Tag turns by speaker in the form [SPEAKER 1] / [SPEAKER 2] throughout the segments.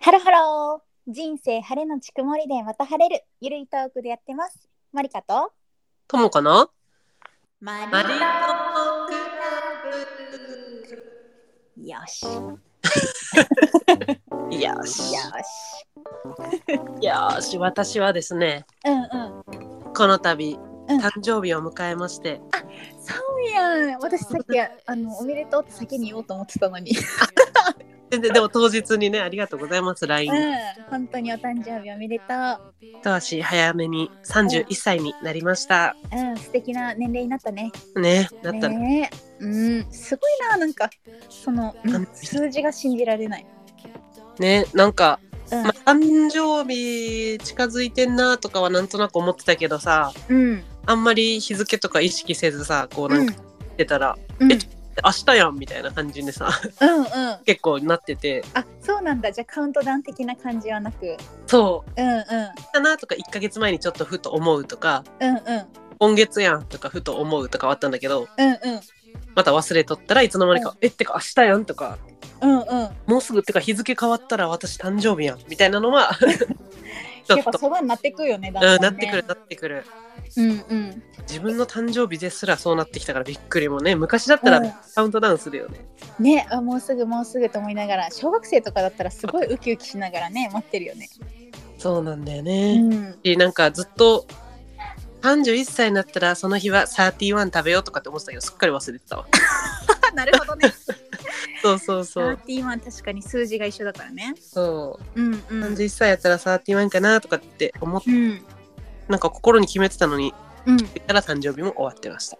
[SPEAKER 1] ハロハロー人生晴れのち曇りでまた晴れるゆるいトークでやってますマリカと
[SPEAKER 2] ともかな
[SPEAKER 1] マリ
[SPEAKER 2] マリカ
[SPEAKER 1] よしよ
[SPEAKER 2] いやし
[SPEAKER 1] し
[SPEAKER 2] いやし私はですね
[SPEAKER 1] うんうん
[SPEAKER 2] この度
[SPEAKER 1] うん
[SPEAKER 2] 誕生日を迎えまして、
[SPEAKER 1] そうやん私さっきあのおめでとうって先に言おうと思ってたのに
[SPEAKER 2] 全然でも当日にねありがとうございます
[SPEAKER 1] う
[SPEAKER 2] LINE
[SPEAKER 1] ん本当にお誕生日おめでとう
[SPEAKER 2] 一足早めに31歳になりました
[SPEAKER 1] うん素敵な年齢になったね
[SPEAKER 2] ねなったね
[SPEAKER 1] ねえうんすごいななんかその、うん数字が信じられない
[SPEAKER 2] ねなんか、
[SPEAKER 1] うん
[SPEAKER 2] ま、誕生日近づいてんなとかはなんとなく思ってたけどさ
[SPEAKER 1] うん
[SPEAKER 2] あんまり日付とか意識せずさこう
[SPEAKER 1] う
[SPEAKER 2] なん
[SPEAKER 1] ん
[SPEAKER 2] か言ってたら、
[SPEAKER 1] うん
[SPEAKER 2] え明日やんみたいな感じでさ
[SPEAKER 1] うんうん
[SPEAKER 2] 結構なってて
[SPEAKER 1] あそうなんだじゃあカウントダウン的な感じはなく
[SPEAKER 2] そう
[SPEAKER 1] うんうん
[SPEAKER 2] だなとか1ヶ月前にちょっとふと思うとか
[SPEAKER 1] うんうん
[SPEAKER 2] 今月やんとかふと思うとかはあったんだけど
[SPEAKER 1] うんうん
[SPEAKER 2] また忘れとったらいつの間にか「えってか明日やん」とか
[SPEAKER 1] うんうん
[SPEAKER 2] 「もうすぐ」ってか日付変わったら私誕生日やんみたいな のはちょ
[SPEAKER 1] やっ
[SPEAKER 2] っ
[SPEAKER 1] ぱ
[SPEAKER 2] と、
[SPEAKER 1] そばになってくよねだん
[SPEAKER 2] う
[SPEAKER 1] だ
[SPEAKER 2] ん、
[SPEAKER 1] ん、
[SPEAKER 2] な
[SPEAKER 1] ね、
[SPEAKER 2] ってくるなってくる
[SPEAKER 1] うんうん
[SPEAKER 2] 自分の誕生日ですらそうなってきたからびっくりもね昔だった
[SPEAKER 1] うん
[SPEAKER 2] らカウントダウンするよね、
[SPEAKER 1] ねあもうすぐもうすぐと思いながら小学生とかだったらすごいウキウキしながらね待ってるよね
[SPEAKER 2] そうなんだよ
[SPEAKER 1] う
[SPEAKER 2] ね、
[SPEAKER 1] ん
[SPEAKER 2] でなんかずっと31歳になったらその日は31食べようとかって思ってたけどすっかり忘れてたわ
[SPEAKER 1] あなるほどね
[SPEAKER 2] そう そうそう
[SPEAKER 1] 31確かに数字が一緒だからね
[SPEAKER 2] そう
[SPEAKER 1] うんう
[SPEAKER 2] 31歳やったら31かなとかって思っ
[SPEAKER 1] うん
[SPEAKER 2] なんか心に決めてたのに
[SPEAKER 1] うん、
[SPEAKER 2] 言ったら誕生日も終わってました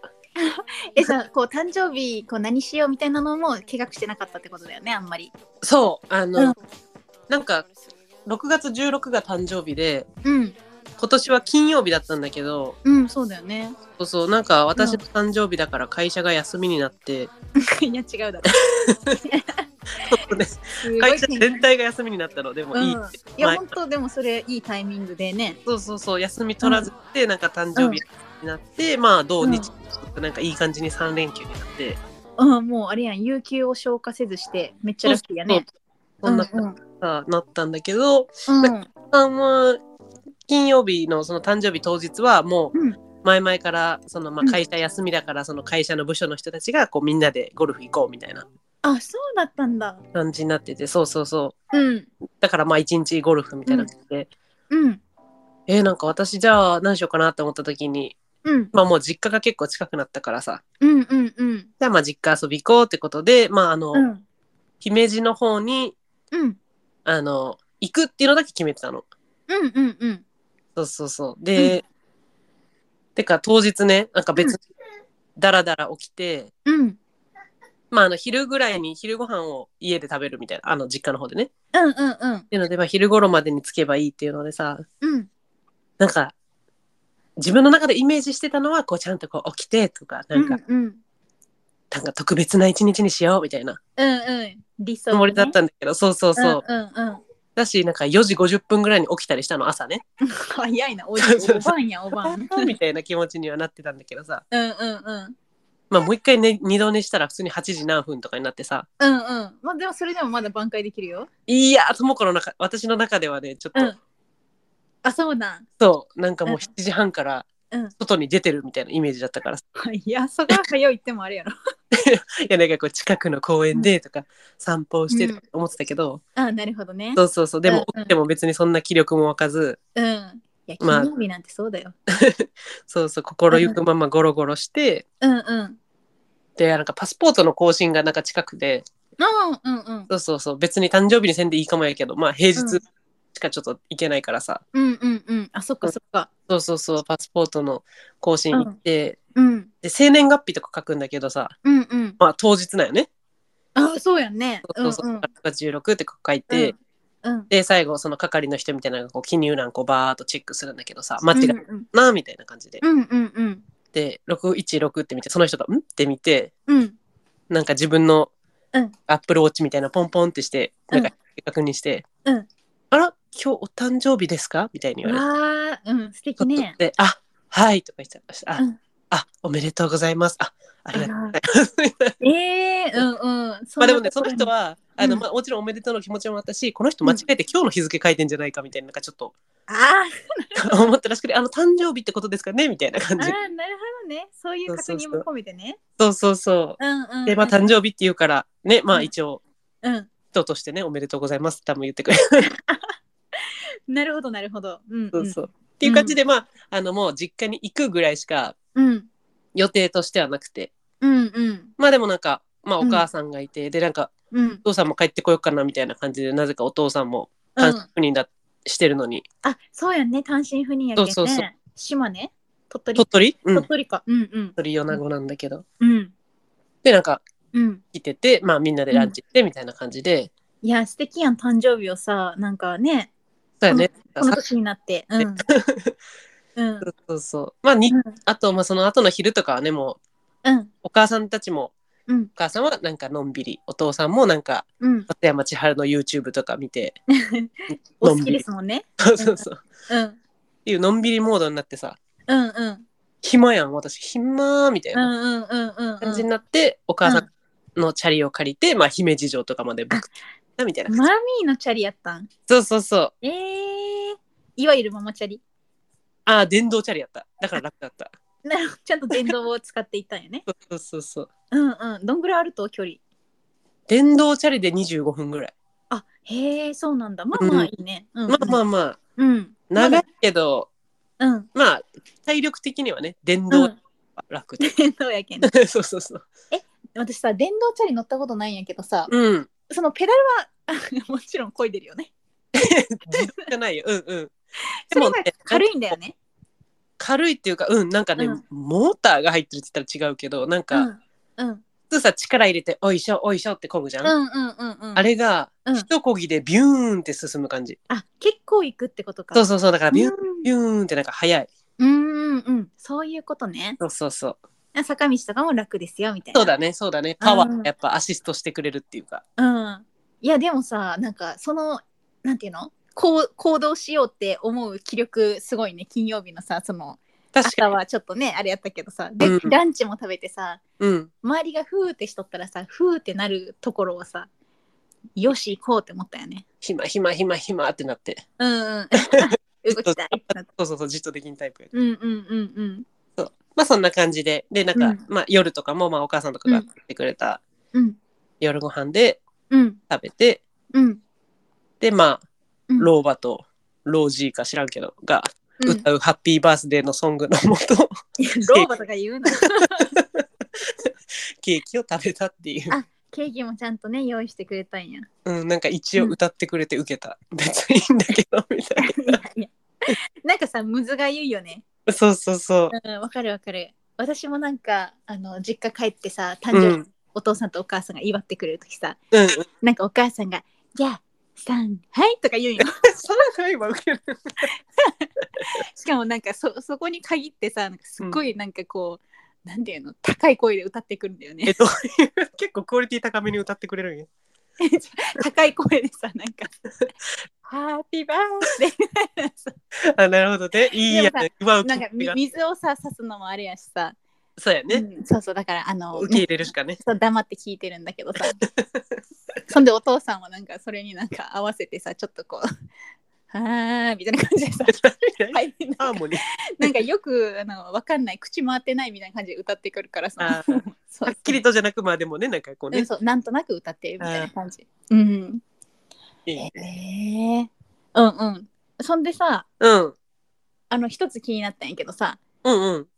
[SPEAKER 1] えじゃあこう誕生日こう何しようみたいなのも計画してなかったってことだよねあんまり
[SPEAKER 2] そうあ
[SPEAKER 1] う
[SPEAKER 2] の、
[SPEAKER 1] ん
[SPEAKER 2] なんか6月16が誕生日で
[SPEAKER 1] うん
[SPEAKER 2] 今年は金曜日だったんだけど
[SPEAKER 1] うんそうだよね
[SPEAKER 2] そうそうなんか私の誕生日だから会社が休みになって、
[SPEAKER 1] いや違うだろ
[SPEAKER 2] そうね
[SPEAKER 1] すごい
[SPEAKER 2] 会社全体が休みになったのでもいいって、
[SPEAKER 1] いや
[SPEAKER 2] 前
[SPEAKER 1] 本当でもそれいいタイミングでね
[SPEAKER 2] そうそうそう休み取らずって、なんか誕生日になって、まあ土日、なんかいい感じに3連休になって
[SPEAKER 1] ああもうあれやん有給を消化せずしてめっちゃラッキーやね
[SPEAKER 2] そんな
[SPEAKER 1] うんう
[SPEAKER 2] 感
[SPEAKER 1] ん
[SPEAKER 2] じになったんだけ
[SPEAKER 1] う
[SPEAKER 2] ど、
[SPEAKER 1] ん
[SPEAKER 2] さんは金曜日のその誕生日当日はもう
[SPEAKER 1] うん
[SPEAKER 2] 前々からそのまあ
[SPEAKER 1] うん
[SPEAKER 2] 会社休みだからその会社の部署の人たちがこうみんなでゴルフ行こうみたいな
[SPEAKER 1] あそうだったんだ
[SPEAKER 2] 感じになっててそうそうそ
[SPEAKER 1] うん
[SPEAKER 2] うだからまあ一日ゴルフみたいな感じで、
[SPEAKER 1] うん
[SPEAKER 2] えーなんか私じゃあ何しようかなと思った時に
[SPEAKER 1] うん
[SPEAKER 2] まあもう実家が結構近くなったからさ
[SPEAKER 1] うんうんうん
[SPEAKER 2] じゃあまあ実家遊び行こうってことでまああの、
[SPEAKER 1] うん
[SPEAKER 2] 姫路の方に
[SPEAKER 1] うん
[SPEAKER 2] あの行くっていうのだけ決めてたの
[SPEAKER 1] うんうんうん
[SPEAKER 2] そうそうそう。で、てか当日ね、なんか別にダラダラ起きて、
[SPEAKER 1] うん
[SPEAKER 2] まああの昼ぐらいに昼ご飯を家で食べるみたいな、あの実家の方でね。っ
[SPEAKER 1] うんうんうん
[SPEAKER 2] ていうので、まあ昼頃までに着けばいいっていうのでさ、
[SPEAKER 1] うん
[SPEAKER 2] なんか自分の中でイメージしてたのは、こうちゃんとこう起きてとか、なんか、
[SPEAKER 1] うん
[SPEAKER 2] なんか特別な一日にしようみたいな
[SPEAKER 1] うんうん理想
[SPEAKER 2] つもりだったんだけど、そうそうそう。
[SPEAKER 1] うんうんうん
[SPEAKER 2] だし、なんか4時50分ぐらいに起きたりしたの、朝ね。
[SPEAKER 1] 早いなおじ
[SPEAKER 2] そうそう
[SPEAKER 1] おばんやおばん
[SPEAKER 2] みたいな気持ちにはなってたんだけどさ、
[SPEAKER 1] うんうんうん
[SPEAKER 2] まあもう一回ね、二度寝したら普通に8時何分とかになってさ、
[SPEAKER 1] うんうんまあでもそれでもまだ挽回できるよ
[SPEAKER 2] いや、ともこの中、私の中ではね、ちょっと、
[SPEAKER 1] うんあそうなん
[SPEAKER 2] そう、なんか
[SPEAKER 1] う
[SPEAKER 2] もう
[SPEAKER 1] ん
[SPEAKER 2] 7時半から
[SPEAKER 1] うん
[SPEAKER 2] 外に出てるみたいなイメージだったから、
[SPEAKER 1] いやそこは早いってもあれやろ
[SPEAKER 2] いや、なんかこう、近くの公園でとか、散歩をしてとか思ってたけど、
[SPEAKER 1] あなるほどね
[SPEAKER 2] そうそうそう、でも
[SPEAKER 1] うん
[SPEAKER 2] 起きても別にそんな気力も湧かず、
[SPEAKER 1] うんいや
[SPEAKER 2] まあ
[SPEAKER 1] 金曜日なんてそうだよ
[SPEAKER 2] そうそう、心ゆくままゴロゴロして、
[SPEAKER 1] うんうん
[SPEAKER 2] で、なんかパスポートの更新がなんか近くで、
[SPEAKER 1] うんうんうん
[SPEAKER 2] そうそうそう、別に誕生日にせんでいいかもやけど、まあ、平
[SPEAKER 1] うん
[SPEAKER 2] 日しかちょっと行けないからさ、
[SPEAKER 1] うんうんうんあそっかそっか
[SPEAKER 2] そうそうそう、パスポートの更新行って、
[SPEAKER 1] うん
[SPEAKER 2] で、生年月日とか書くんだけどさ、
[SPEAKER 1] うんうん
[SPEAKER 2] まあ、当日なんよね。
[SPEAKER 1] あそうやんね
[SPEAKER 2] そうそうそう、
[SPEAKER 1] んん
[SPEAKER 2] 16って書いて、
[SPEAKER 1] うん
[SPEAKER 2] で最後その係の人みたいなのがこう記入欄こうバーっとチェックするんだけどさ間違い
[SPEAKER 1] うんうん
[SPEAKER 2] なみたいな感じで、
[SPEAKER 1] うんうんうん
[SPEAKER 2] で616って見てその人が「ん?」って見て
[SPEAKER 1] うん
[SPEAKER 2] なんか自分の
[SPEAKER 1] うん
[SPEAKER 2] アップルウォッチみたいなポンポンってして
[SPEAKER 1] う
[SPEAKER 2] なんんか確認して「
[SPEAKER 1] うん
[SPEAKER 2] あら今日お誕生日ですか?」みたいに言われて
[SPEAKER 1] わあうん素敵ね
[SPEAKER 2] で「あはい」とか言ってたあ、
[SPEAKER 1] うん
[SPEAKER 2] あおめでとうございます」あありがとうございます」
[SPEAKER 1] えーうんうんそんな
[SPEAKER 2] まあでもね、その人
[SPEAKER 1] とこ
[SPEAKER 2] は、あの、
[SPEAKER 1] うん
[SPEAKER 2] まあ、もちろんおめでとうの気持ちもあったし、この人間違えて今日の日付書いてんじゃないかみたいな、なんかちょっと
[SPEAKER 1] ろにあー
[SPEAKER 2] 思ったらしくて、あの、誕生日ってことですかねみたいな感
[SPEAKER 1] あ
[SPEAKER 2] じ。
[SPEAKER 1] ーなるほどねそういう確認も込めてね
[SPEAKER 2] そうそうそ
[SPEAKER 1] うんうんう
[SPEAKER 2] う。
[SPEAKER 1] ん
[SPEAKER 2] で、まあ、誕生日って言うから、ね、まあ、一応、
[SPEAKER 1] うん
[SPEAKER 2] 人としてね、おめでとうございますって多分言ってくれる。
[SPEAKER 1] なるほどなるほどうん
[SPEAKER 2] そうそう。っていう感じで、まあ、あの、もう実家に行くぐらいしか
[SPEAKER 1] うん
[SPEAKER 2] 予定としてはなくて。
[SPEAKER 1] うんうん
[SPEAKER 2] まあ、でもなんか、まあ、
[SPEAKER 1] う
[SPEAKER 2] お
[SPEAKER 1] ん
[SPEAKER 2] 母さんがいて、で、なんか、
[SPEAKER 1] うん
[SPEAKER 2] お父さんも帰ってこようかなみたいな感じで、なぜかお父さんも
[SPEAKER 1] う
[SPEAKER 2] 単
[SPEAKER 1] ん
[SPEAKER 2] 身赴任だ、してるのに。
[SPEAKER 1] あそうやんね単身赴任やけんね
[SPEAKER 2] そうそうそう
[SPEAKER 1] 島根鳥取
[SPEAKER 2] 鳥取うん。
[SPEAKER 1] 鳥
[SPEAKER 2] 鳥
[SPEAKER 1] 取かうんうん
[SPEAKER 2] 取米子なんだけど。
[SPEAKER 1] うん
[SPEAKER 2] で、なんか、
[SPEAKER 1] うん
[SPEAKER 2] 来てて、まあ、みんなでランチしてみたいな感じで、
[SPEAKER 1] いや素敵やん誕生日をさなんかね
[SPEAKER 2] そうやね、
[SPEAKER 1] この年になってうん うん
[SPEAKER 2] そうそうそうまあに、
[SPEAKER 1] うん
[SPEAKER 2] あと、まあ、その後の昼とかはねもう
[SPEAKER 1] うん
[SPEAKER 2] お母さんたちも
[SPEAKER 1] うん
[SPEAKER 2] お母さんはなんかのんびりお父さんもなんか
[SPEAKER 1] うん
[SPEAKER 2] 松山千春の YouTube とか見て
[SPEAKER 1] お
[SPEAKER 2] の
[SPEAKER 1] 好
[SPEAKER 2] ん
[SPEAKER 1] き
[SPEAKER 2] び
[SPEAKER 1] で
[SPEAKER 2] り
[SPEAKER 1] すもんね
[SPEAKER 2] そうそうそうっ
[SPEAKER 1] うん
[SPEAKER 2] ていうのんびりモードになってさ
[SPEAKER 1] うんうん
[SPEAKER 2] 暇やん私暇みたい
[SPEAKER 1] うん
[SPEAKER 2] な
[SPEAKER 1] うんうんうん
[SPEAKER 2] 感じ
[SPEAKER 1] う
[SPEAKER 2] に
[SPEAKER 1] ん
[SPEAKER 2] なって、お母さんのチャリを借りて、まあ姫路城とかまで僕みたいな感
[SPEAKER 1] マ
[SPEAKER 2] じ、
[SPEAKER 1] ミーのチャリやったん
[SPEAKER 2] そうそうそう
[SPEAKER 1] えーいわゆるママチャリ
[SPEAKER 2] ああ電動チャリやっただから楽だった
[SPEAKER 1] なるほどちゃんと電動を使っていったんよね
[SPEAKER 2] そうそうそう
[SPEAKER 1] うんうんどんぐらいあると距離
[SPEAKER 2] 電動チャリで25分ぐらい、
[SPEAKER 1] あへえそうなんだまあまあいいねま
[SPEAKER 2] まあまあまあ
[SPEAKER 1] うん
[SPEAKER 2] 長いけど、
[SPEAKER 1] うん
[SPEAKER 2] まあ体力的にはね電動
[SPEAKER 1] う
[SPEAKER 2] は
[SPEAKER 1] ん
[SPEAKER 2] 楽で、
[SPEAKER 1] 電動やけん
[SPEAKER 2] そうそうそう
[SPEAKER 1] 私さ電動チャリ乗ったことないんやけどさ
[SPEAKER 2] うん
[SPEAKER 1] そのペダルはあもちろん漕いでるよね
[SPEAKER 2] 自動じゃないよ うんうん
[SPEAKER 1] それ
[SPEAKER 2] でも
[SPEAKER 1] が
[SPEAKER 2] ね
[SPEAKER 1] 軽いんだよね
[SPEAKER 2] 軽いっていうかうんなんかね、
[SPEAKER 1] うん
[SPEAKER 2] モーターが入ってるって言ったら違うけどなん
[SPEAKER 1] う
[SPEAKER 2] か、
[SPEAKER 1] んうん
[SPEAKER 2] 普通さ力入れておいしょおいしょって漕ぐじゃん、
[SPEAKER 1] うんうんうんうん
[SPEAKER 2] あれが、
[SPEAKER 1] うん
[SPEAKER 2] 一漕ぎでビューンって進む感じ
[SPEAKER 1] あ結構行くってことか
[SPEAKER 2] そうそうそうだからビューン、
[SPEAKER 1] うん
[SPEAKER 2] ビューンってなんか速い
[SPEAKER 1] うんうんうんそういうことね
[SPEAKER 2] そうそうそう
[SPEAKER 1] 坂道とかも楽ですよみたいな
[SPEAKER 2] そうだねそうだねパワ
[SPEAKER 1] うん
[SPEAKER 2] ーやっぱアシストしてくれるっていうか
[SPEAKER 1] うんいやでもさなんかそのなんていうのこう行動しようって思う気力すごいね金曜日のさその
[SPEAKER 2] 確か
[SPEAKER 1] 朝
[SPEAKER 2] に
[SPEAKER 1] はちょっとねあれやったけどさで、
[SPEAKER 2] うん
[SPEAKER 1] ランチも食べてさ
[SPEAKER 2] うん
[SPEAKER 1] 周りがフーってしとったらさフーってなるところをさよし行こうって思ったよね
[SPEAKER 2] 暇暇暇暇ってなって
[SPEAKER 1] うんうん 動きたいってなった
[SPEAKER 2] そうそうそうじっとできんタイプや
[SPEAKER 1] うんうんうんうん
[SPEAKER 2] まあそんな感じで、で、なんか、
[SPEAKER 1] うん
[SPEAKER 2] まあ夜とかも、まあお母さんとかが作ってくれた
[SPEAKER 1] うん
[SPEAKER 2] 夜ご飯で
[SPEAKER 1] うん
[SPEAKER 2] 食べて、
[SPEAKER 1] うん
[SPEAKER 2] で、まあ、
[SPEAKER 1] うん
[SPEAKER 2] 老婆と老じいか知らんけど、が
[SPEAKER 1] うん
[SPEAKER 2] 歌うハッピーバースデーのソングのもと、
[SPEAKER 1] いや老婆とか言うな
[SPEAKER 2] ケーキを食べたっていう。
[SPEAKER 1] あケーキもちゃんとね用意してくれたんや
[SPEAKER 2] うん、なんか一応歌ってくれて受けた。別にいいんだけど、みたい
[SPEAKER 1] いやいやなんかさむずがゆいよね
[SPEAKER 2] な。そうそうそう。
[SPEAKER 1] うんわかるわかる私もなんかあの実家帰ってさ誕
[SPEAKER 2] うん、う
[SPEAKER 1] 生日、
[SPEAKER 2] ん、
[SPEAKER 1] お父さんとお母さんが祝ってくれる時さ
[SPEAKER 2] うん。
[SPEAKER 1] なんかお母さんが「じゃあさんはい」とか言うんよ
[SPEAKER 2] その会話受ける。
[SPEAKER 1] しかもなんかそそこに限ってさなんかすっごいなんかこう、なんていうの高い声で歌ってくるんだよ
[SPEAKER 2] え
[SPEAKER 1] ね
[SPEAKER 2] っと、結構クオリティ高めに歌ってくれるんや。
[SPEAKER 1] 高い声でさなんか 「ハッピーバースデー」
[SPEAKER 2] あ、なるほどね。いい
[SPEAKER 1] で
[SPEAKER 2] や
[SPEAKER 1] もさ
[SPEAKER 2] ね。奪 う
[SPEAKER 1] なん
[SPEAKER 2] 気
[SPEAKER 1] か
[SPEAKER 2] 持ち
[SPEAKER 1] み
[SPEAKER 2] が。
[SPEAKER 1] 水をさ刺すのもあれやしさ、
[SPEAKER 2] そうやね。
[SPEAKER 1] うんそうそうだからあの
[SPEAKER 2] 受け入れるしかね。
[SPEAKER 1] そう黙って聞いてるんだけどさそんでお父さんはなんかそれになんか合わせてさちょっとこ う「はーみたいな感 じでさはい
[SPEAKER 2] ハーモニー。
[SPEAKER 1] なんかよくあのわかんない口回ってないみたいな感じで歌ってくるからさ
[SPEAKER 2] あー
[SPEAKER 1] そう
[SPEAKER 2] はっきりとじゃなくまあでもねなんかこう
[SPEAKER 1] う
[SPEAKER 2] ね
[SPEAKER 1] ん、、そうなんとなく歌ってるみたいな感じうん
[SPEAKER 2] いい
[SPEAKER 1] へ
[SPEAKER 2] ね
[SPEAKER 1] えうんうんそんでさ
[SPEAKER 2] うん
[SPEAKER 1] あの一つ気になったんやけどさ
[SPEAKER 2] うんうん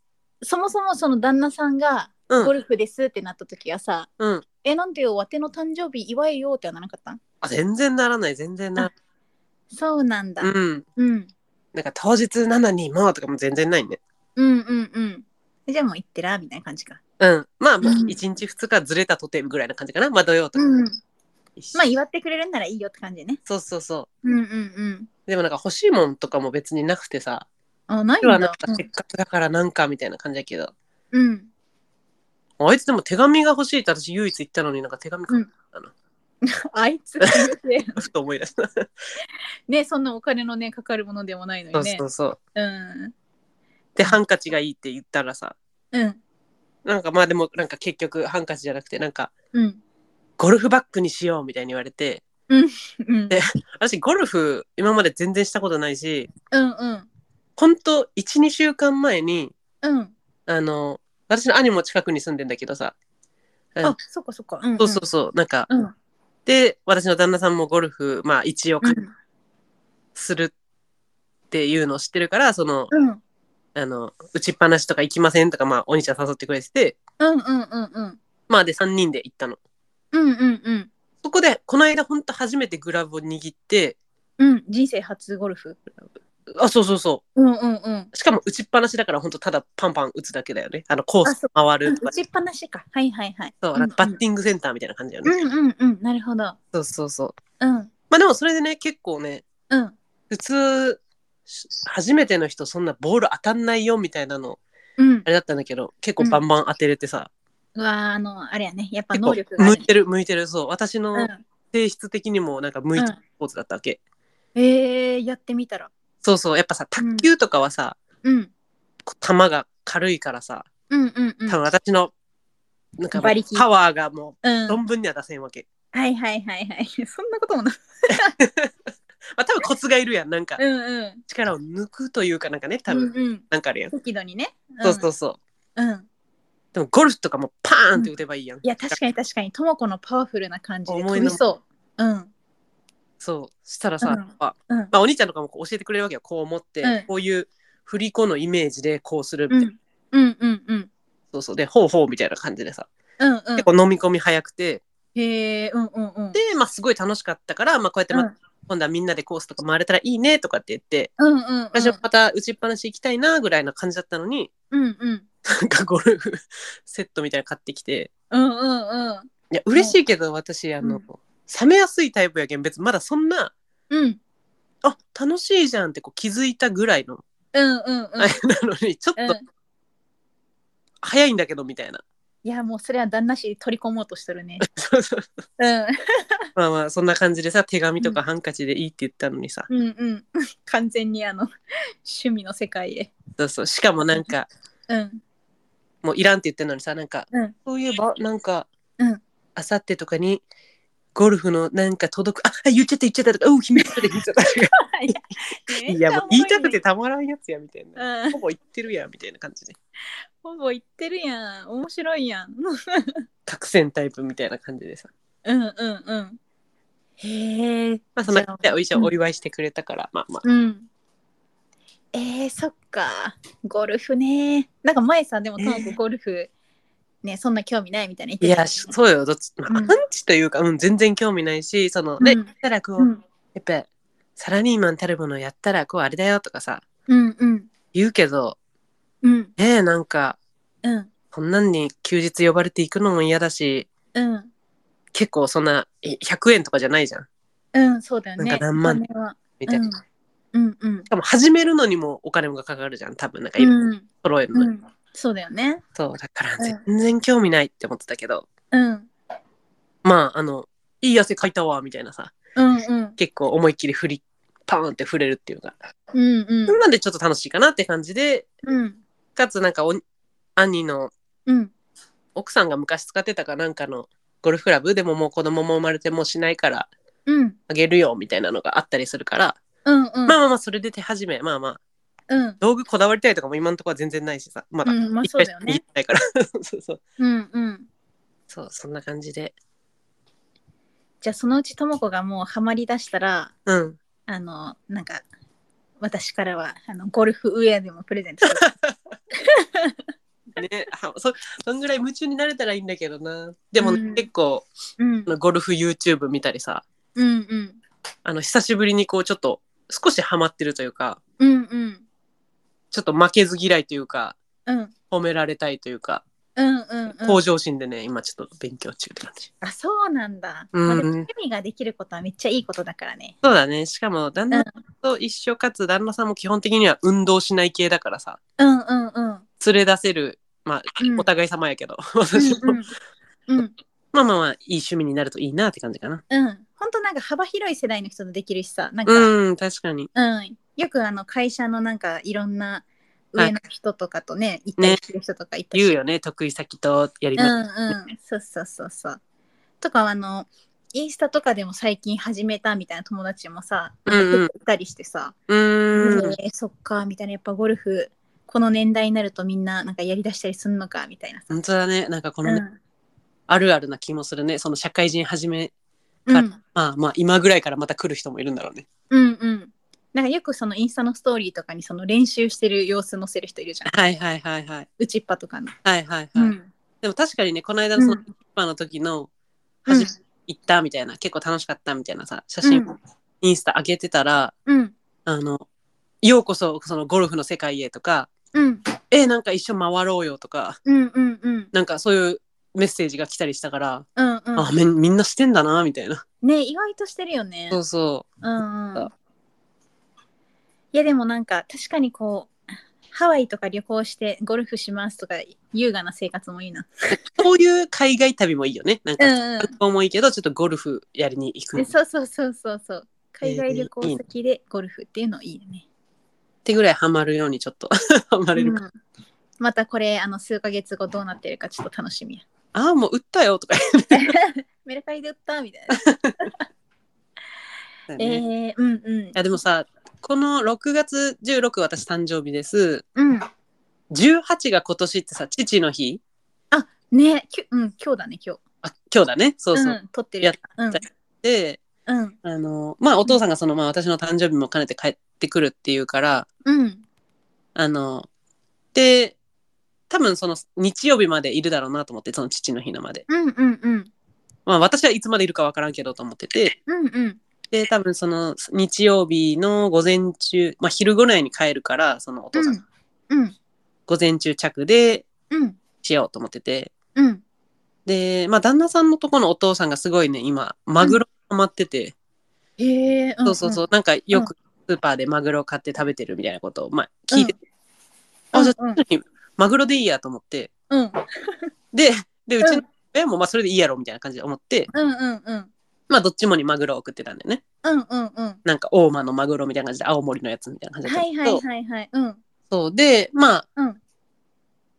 [SPEAKER 1] そもそもその旦那さんが
[SPEAKER 2] うん
[SPEAKER 1] ゴルフですってなった時はさ、
[SPEAKER 2] うん
[SPEAKER 1] えなんでよわての誕生日祝えようってはならなかったん
[SPEAKER 2] あ全然ならない全然な
[SPEAKER 1] そうなんだ、
[SPEAKER 2] らないうん
[SPEAKER 1] うん、
[SPEAKER 2] なんか当日なのにもうとかも全然ないね
[SPEAKER 1] うんうんうんじゃあもう行ってらみたいな感じか。
[SPEAKER 2] うんまあもう
[SPEAKER 1] うん
[SPEAKER 2] 1日2日ずれたとてぐらいな感じかなまあ土曜とか、
[SPEAKER 1] うん、
[SPEAKER 2] 一緒
[SPEAKER 1] まあ祝ってくれるんならいいよって感じね。
[SPEAKER 2] そうそうそう
[SPEAKER 1] うんうんうん。
[SPEAKER 2] でもなんか欲しいもんとかも別になくてさ
[SPEAKER 1] あないん
[SPEAKER 2] 今日は
[SPEAKER 1] だ。
[SPEAKER 2] なんかせっかくだからなんかみたいな感じだけど、
[SPEAKER 1] うん。
[SPEAKER 2] あいつでも手紙が欲しいって私唯一言ったのになんか手紙か、
[SPEAKER 1] うんあいつ
[SPEAKER 2] ふと思い出した、
[SPEAKER 1] ねそんなお金のねかかるものでもないの
[SPEAKER 2] そ
[SPEAKER 1] に
[SPEAKER 2] う
[SPEAKER 1] ね
[SPEAKER 2] そ。うそう
[SPEAKER 1] うん
[SPEAKER 2] でハンカチがいいって言ったらさ
[SPEAKER 1] うん
[SPEAKER 2] なんかまあでもなんか結局ハンカチじゃなくてなんか
[SPEAKER 1] うん
[SPEAKER 2] ゴルフバッグにしようみたいに言われて
[SPEAKER 1] うん
[SPEAKER 2] で私ゴルフ今まで全然したことないし
[SPEAKER 1] うんうん
[SPEAKER 2] ほんと12週間前に
[SPEAKER 1] うん
[SPEAKER 2] あの私の兄も近くに住んでんだけどさ、うん
[SPEAKER 1] あそっかそっかうん
[SPEAKER 2] そうそうそうなんか
[SPEAKER 1] うん
[SPEAKER 2] で私の旦那さんもゴルフまあ一応
[SPEAKER 1] うん
[SPEAKER 2] するっていうのを知ってるからその
[SPEAKER 1] うん
[SPEAKER 2] あの打ちっぱなしとか行きませんとかまあお兄ちゃん誘ってくれてて
[SPEAKER 1] うんうんうんうん
[SPEAKER 2] まあで3人で行ったの
[SPEAKER 1] うんうんうん
[SPEAKER 2] そこでこの間ほんと初めてグラブを握って
[SPEAKER 1] うん人生初ゴルフ
[SPEAKER 2] あそうそうそ
[SPEAKER 1] うんうんうん
[SPEAKER 2] うしかも打ちっぱなしだからほんとただパンパン打つだけだよねあのコース回ると
[SPEAKER 1] 打
[SPEAKER 2] か
[SPEAKER 1] ちっぱなしかはいはいはい
[SPEAKER 2] そうなんかバッティングセンターみたいな感じだよ
[SPEAKER 1] う
[SPEAKER 2] ね、
[SPEAKER 1] んうんうんなるほど
[SPEAKER 2] そうそうそう
[SPEAKER 1] うん
[SPEAKER 2] まあでもそれでね結構ね
[SPEAKER 1] うん
[SPEAKER 2] 普通し初めての人そんなボール当たんないよみたいなの
[SPEAKER 1] うん
[SPEAKER 2] あれだったんだけど結構バンバン当てれてさ、
[SPEAKER 1] うわーあのあれやねやっぱ
[SPEAKER 2] 結
[SPEAKER 1] 能
[SPEAKER 2] 構
[SPEAKER 1] 力があ
[SPEAKER 2] 向
[SPEAKER 1] る
[SPEAKER 2] いてる向いてるそう私
[SPEAKER 1] う
[SPEAKER 2] の
[SPEAKER 1] ん
[SPEAKER 2] 性質的にもなんか向いてるスポーツだったわけ、
[SPEAKER 1] えー、やってみたら
[SPEAKER 2] そうそうやっぱさ卓球とかはさ、
[SPEAKER 1] うん
[SPEAKER 2] こう球が軽いからさ
[SPEAKER 1] うんうんうん
[SPEAKER 2] 多分私のなんかもう
[SPEAKER 1] 馬力
[SPEAKER 2] パワーがも
[SPEAKER 1] う
[SPEAKER 2] うん存分には出せんわけ、
[SPEAKER 1] はいはいはいはいそんなこともない
[SPEAKER 2] まあ多分コツがいるやんなんか
[SPEAKER 1] うんうん
[SPEAKER 2] 力を抜くというかなんかね多
[SPEAKER 1] う
[SPEAKER 2] 分
[SPEAKER 1] んうん
[SPEAKER 2] なんかあるやん、
[SPEAKER 1] 適度にね
[SPEAKER 2] そうそううそう
[SPEAKER 1] うんうん
[SPEAKER 2] でもゴルフとかもパーンって打てばいいやん、
[SPEAKER 1] いや確かに確かにともこのパワフルな感じで
[SPEAKER 2] 思い
[SPEAKER 1] 飛
[SPEAKER 2] の
[SPEAKER 1] びそううん
[SPEAKER 2] そうしたらさ、
[SPEAKER 1] うん
[SPEAKER 2] やっぱ
[SPEAKER 1] うん
[SPEAKER 2] まあ、お兄ちゃんとかもこう教えてくれるわけよこう思って、
[SPEAKER 1] うん
[SPEAKER 2] こういう振り子のイメージでこうするみた
[SPEAKER 1] う
[SPEAKER 2] いな、
[SPEAKER 1] んうんうんうん
[SPEAKER 2] そうそうでほうほうみたいな感じでさ、
[SPEAKER 1] うんうん
[SPEAKER 2] 結構飲み込み早くて
[SPEAKER 1] へえうんうんうん
[SPEAKER 2] でまあすごい楽しかったから、まあ、こうやってまた、今度はみんなでコースとか回れたらいいねとかって言って
[SPEAKER 1] うんうんうん
[SPEAKER 2] 私はまた打ちっぱなし行きたいなぐらいな感じだったのに、
[SPEAKER 1] うんうん
[SPEAKER 2] なんかゴルフセットみたいなの買ってきて
[SPEAKER 1] うんうんうん
[SPEAKER 2] いや嬉しいけど私あの、
[SPEAKER 1] うん
[SPEAKER 2] 冷めやすいタイプやけん別にまだそんな
[SPEAKER 1] うん
[SPEAKER 2] あ楽しいじゃんってこう気づいたぐらいの、
[SPEAKER 1] うんうんうん
[SPEAKER 2] あれなのにちょっ
[SPEAKER 1] うん
[SPEAKER 2] と早いんだけどみたいな、
[SPEAKER 1] いやもうそれは旦那氏取り込もうとしてるね。
[SPEAKER 2] そうそう
[SPEAKER 1] うん
[SPEAKER 2] まあまあそんな感じでさ手紙とかハンカチでいいって言ったのにさ、
[SPEAKER 1] うんうん。完全にあの趣味の世界へ。
[SPEAKER 2] そうそうしかもなんか
[SPEAKER 1] うん
[SPEAKER 2] もういらんって言ってんのにさなんか、
[SPEAKER 1] うん
[SPEAKER 2] そういえばなんか
[SPEAKER 1] うん
[SPEAKER 2] あさってとかにゴルフのなんか届くああ言っちゃった言っちゃったとかうん秘密だって言っちゃったとか いやもう言いたくて。たまらんやつやみたいな。
[SPEAKER 1] うん、
[SPEAKER 2] ほぼ言ってるやんみたいな感じで。
[SPEAKER 1] ほぼ言ってるやん面白いやん
[SPEAKER 2] 角栓タイプみたいな感じでさ。
[SPEAKER 1] うんうんうんへえ
[SPEAKER 2] まあそんな
[SPEAKER 1] じゃあ
[SPEAKER 2] 感じでお医者
[SPEAKER 1] うん
[SPEAKER 2] お祝いしてくれたから、まあまあ。
[SPEAKER 1] うんえー、そっかゴルフねなんか前さでもとも
[SPEAKER 2] え
[SPEAKER 1] こ
[SPEAKER 2] ー
[SPEAKER 1] ゴルフねそんな興味ないみたいな言って
[SPEAKER 2] い
[SPEAKER 1] たよ
[SPEAKER 2] や、
[SPEAKER 1] ね
[SPEAKER 2] そうよ。どっち、まあ、
[SPEAKER 1] う
[SPEAKER 2] ア
[SPEAKER 1] ん
[SPEAKER 2] ンチというか、うん、全然興味ないし、その、
[SPEAKER 1] う
[SPEAKER 2] ね、
[SPEAKER 1] ん
[SPEAKER 2] たらこう、
[SPEAKER 1] う
[SPEAKER 2] や
[SPEAKER 1] ん
[SPEAKER 2] っぱ、サラリーマンたるものやったら、こう、あれだよとかさ、
[SPEAKER 1] うんうん
[SPEAKER 2] 言うけど、
[SPEAKER 1] うん
[SPEAKER 2] ねえ、なんか、
[SPEAKER 1] うん
[SPEAKER 2] こんなんに休日呼ばれていくのも嫌だし、
[SPEAKER 1] うん
[SPEAKER 2] 結構そんな、え100円とかじゃないじゃん。
[SPEAKER 1] うんそうだよね
[SPEAKER 2] なんか何万
[SPEAKER 1] お金は
[SPEAKER 2] みたいな。し
[SPEAKER 1] うんうんうん
[SPEAKER 2] かも、始めるのにもお金もかかるじゃん。多分、なんか、今
[SPEAKER 1] うん
[SPEAKER 2] 揃えるのに。
[SPEAKER 1] うんそうだよね
[SPEAKER 2] そう、だから、
[SPEAKER 1] うん
[SPEAKER 2] 全然興味ないって思ってたけど、
[SPEAKER 1] うん
[SPEAKER 2] まあ、あの、いい汗かいたわ、みたいなさ、
[SPEAKER 1] うんうん
[SPEAKER 2] 結構思いっきり振り、パーンって振れるっていうか、
[SPEAKER 1] うん
[SPEAKER 2] そん
[SPEAKER 1] うん
[SPEAKER 2] なんでちょっと楽しいかなって感じで、
[SPEAKER 1] うん
[SPEAKER 2] かつなんかお、兄の
[SPEAKER 1] うん
[SPEAKER 2] 奥さんが昔使ってたかなんかのゴルフクラブでももう子供も生まれてもうしないから
[SPEAKER 1] うん
[SPEAKER 2] あげるよ、みたいなのがあったりするから、
[SPEAKER 1] うんうん
[SPEAKER 2] まあまあまあ、それで手始め、まあまあ、
[SPEAKER 1] うん
[SPEAKER 2] 道具こだわりたいとかも今のところは全然ないしさ、まだ。
[SPEAKER 1] うんまあ
[SPEAKER 2] 一
[SPEAKER 1] そう
[SPEAKER 2] 回
[SPEAKER 1] だよ
[SPEAKER 2] し
[SPEAKER 1] ね
[SPEAKER 2] か握ってないから。そうそう。
[SPEAKER 1] うんうん
[SPEAKER 2] そう、そんな感じで。
[SPEAKER 1] じゃあそのうちともこがもうハマりだしたら
[SPEAKER 2] うん。
[SPEAKER 1] あのなんか私からはあのゴルフウェアでもプレゼントす る
[SPEAKER 2] ね、はそそんぐらい夢中になれたらいいんだけどなでも、
[SPEAKER 1] うん
[SPEAKER 2] 結構
[SPEAKER 1] うん
[SPEAKER 2] あのゴルフ YouTube 見たりさ
[SPEAKER 1] うんうん
[SPEAKER 2] あの久しぶりにこうちょっと少しハマってるというか
[SPEAKER 1] うんうん
[SPEAKER 2] ちょっと負けず嫌いというか
[SPEAKER 1] うん
[SPEAKER 2] 褒められたいというか
[SPEAKER 1] うんうんうん
[SPEAKER 2] 向上心でね、今ちょっと勉強中って感じ
[SPEAKER 1] あそうなんだ、
[SPEAKER 2] うん
[SPEAKER 1] まあでも趣味ができることはめっちゃいいことだからね
[SPEAKER 2] そうだねしかも旦那と一緒かつ旦那さんも基本的には運動しない系だからさ
[SPEAKER 1] うんうんうん
[SPEAKER 2] 連れ出せるまあ
[SPEAKER 1] うん
[SPEAKER 2] お互い様やけど、私も、
[SPEAKER 1] うんうんうん
[SPEAKER 2] まあまあまあいい趣味になるといいなって感じかな
[SPEAKER 1] うん本当なんか幅広い世代の人とできるしさなんか、
[SPEAKER 2] うん確かに
[SPEAKER 1] うん、よくあの会社のなんかいろんな上の人とかとね、行ったりする人とかいたり
[SPEAKER 2] 言うよね得意先とやりま
[SPEAKER 1] う
[SPEAKER 2] す
[SPEAKER 1] んうん、そうそうそうそう。とかあのインスタとかでも最近始めたみたいな友達もさ
[SPEAKER 2] うんうん
[SPEAKER 1] いたりしてさ、
[SPEAKER 2] うーん。
[SPEAKER 1] えーそっかみたいなやっぱゴルフこの年代になるとみんななんかやりだしたりすんのかみたいなさ、
[SPEAKER 2] 本当だね。なんかこの
[SPEAKER 1] う
[SPEAKER 2] ね、
[SPEAKER 1] ん
[SPEAKER 2] あるあるな気もするね。その社会人始め、
[SPEAKER 1] う
[SPEAKER 2] か
[SPEAKER 1] ん、
[SPEAKER 2] まあまあ今ぐらいからまた来る人もいるんだろうね。
[SPEAKER 1] うんうんなんかよくそのインスタのストーリーとかにその練習してる様子載せる人いる じゃん
[SPEAKER 2] はいはいはいはい。
[SPEAKER 1] 打ちっぱとかの、
[SPEAKER 2] はいはい
[SPEAKER 1] うん
[SPEAKER 2] はい。でも確かにね、この間
[SPEAKER 1] う
[SPEAKER 2] の
[SPEAKER 1] ん
[SPEAKER 2] その一般の時の、
[SPEAKER 1] う
[SPEAKER 2] 初
[SPEAKER 1] ん
[SPEAKER 2] め行ったみたいな、結構楽しかったみたいなさ、写真、
[SPEAKER 1] うん
[SPEAKER 2] インスタ上げてたら、
[SPEAKER 1] うん
[SPEAKER 2] あの、ようこそそのゴルフの世界へとか、
[SPEAKER 1] うん
[SPEAKER 2] え、なんか一緒回ろうよとか、
[SPEAKER 1] うんうんうん
[SPEAKER 2] なんかそういうメッセージが来たりしたから、
[SPEAKER 1] うんうん
[SPEAKER 2] あみん、みんなしてんだな、みたいな。
[SPEAKER 1] ね意外としてるよね
[SPEAKER 2] そうそう。
[SPEAKER 1] うんう
[SPEAKER 2] そ
[SPEAKER 1] ん
[SPEAKER 2] う
[SPEAKER 1] いやでもなんか確かにこうハワイとか旅行してゴルフしますとか優雅な生活もいいな。
[SPEAKER 2] こういう海外旅もいいよね。なん
[SPEAKER 1] う
[SPEAKER 2] か、
[SPEAKER 1] んうん
[SPEAKER 2] 観光もいいけど、ちょっとゴルフやりに行く
[SPEAKER 1] で
[SPEAKER 2] っ
[SPEAKER 1] そうそうそうそうそう海外旅行先でゴルフっていうのいいよね、
[SPEAKER 2] てぐらいハマるようにちょっと ハマれるか。
[SPEAKER 1] うんまたこれあの数ヶ月後どうなってるかちょっと楽しみや
[SPEAKER 2] ああ、もう打ったよとか
[SPEAKER 1] メルカリで売ったみたいな、
[SPEAKER 2] 言ってたよね。い
[SPEAKER 1] えー、うんうん
[SPEAKER 2] や、でもさ、この6月16私誕生日です。
[SPEAKER 1] うん
[SPEAKER 2] 18が今年ってさ、父の日
[SPEAKER 1] ねきゅうん今日だね今日
[SPEAKER 2] あ、今日だね。そうそう。
[SPEAKER 1] ん、撮ってるやつうん
[SPEAKER 2] たで、
[SPEAKER 1] うん
[SPEAKER 2] あの、まあお父さんがその、まあ私の誕生日も兼ねて帰ってくるっていうから、
[SPEAKER 1] うん
[SPEAKER 2] あの、で、多分その日曜日までいるだろうなと思って、その父の日のまで。
[SPEAKER 1] うんうんうん
[SPEAKER 2] まあ私はいつまでいるかわからんけどと思ってて、
[SPEAKER 1] うんうん
[SPEAKER 2] で、多分その日曜日の午前中、まあ昼ぐらいに帰るから、そのお父さん、
[SPEAKER 1] うん
[SPEAKER 2] 午前中着で
[SPEAKER 1] うん
[SPEAKER 2] しようと思ってて、
[SPEAKER 1] うん
[SPEAKER 2] で、まあ旦那さんのとこのお父さんがすごいね、今、マグロハマってて、
[SPEAKER 1] へえ
[SPEAKER 2] そうそうそう、なんかよくスーパーでマグロ買って食べてるみたいなことを、まあ聞いてて、
[SPEAKER 1] うん
[SPEAKER 2] あ、じゃあ
[SPEAKER 1] うんうん
[SPEAKER 2] 父の日マグロでいいやと思って、
[SPEAKER 1] うんうん
[SPEAKER 2] で、で、うち
[SPEAKER 1] う
[SPEAKER 2] の親もまあそれでいいやろみたいな感じで思って、
[SPEAKER 1] うんうんうん
[SPEAKER 2] まあどっちもにマグロを送ってたんだよね。
[SPEAKER 1] うんうんうん
[SPEAKER 2] なんか大間のマグロみたいな感じで青森のやつみたいな感じ
[SPEAKER 1] は
[SPEAKER 2] だった
[SPEAKER 1] い
[SPEAKER 2] けど
[SPEAKER 1] はいはいはいうん
[SPEAKER 2] そうでまあ、
[SPEAKER 1] うん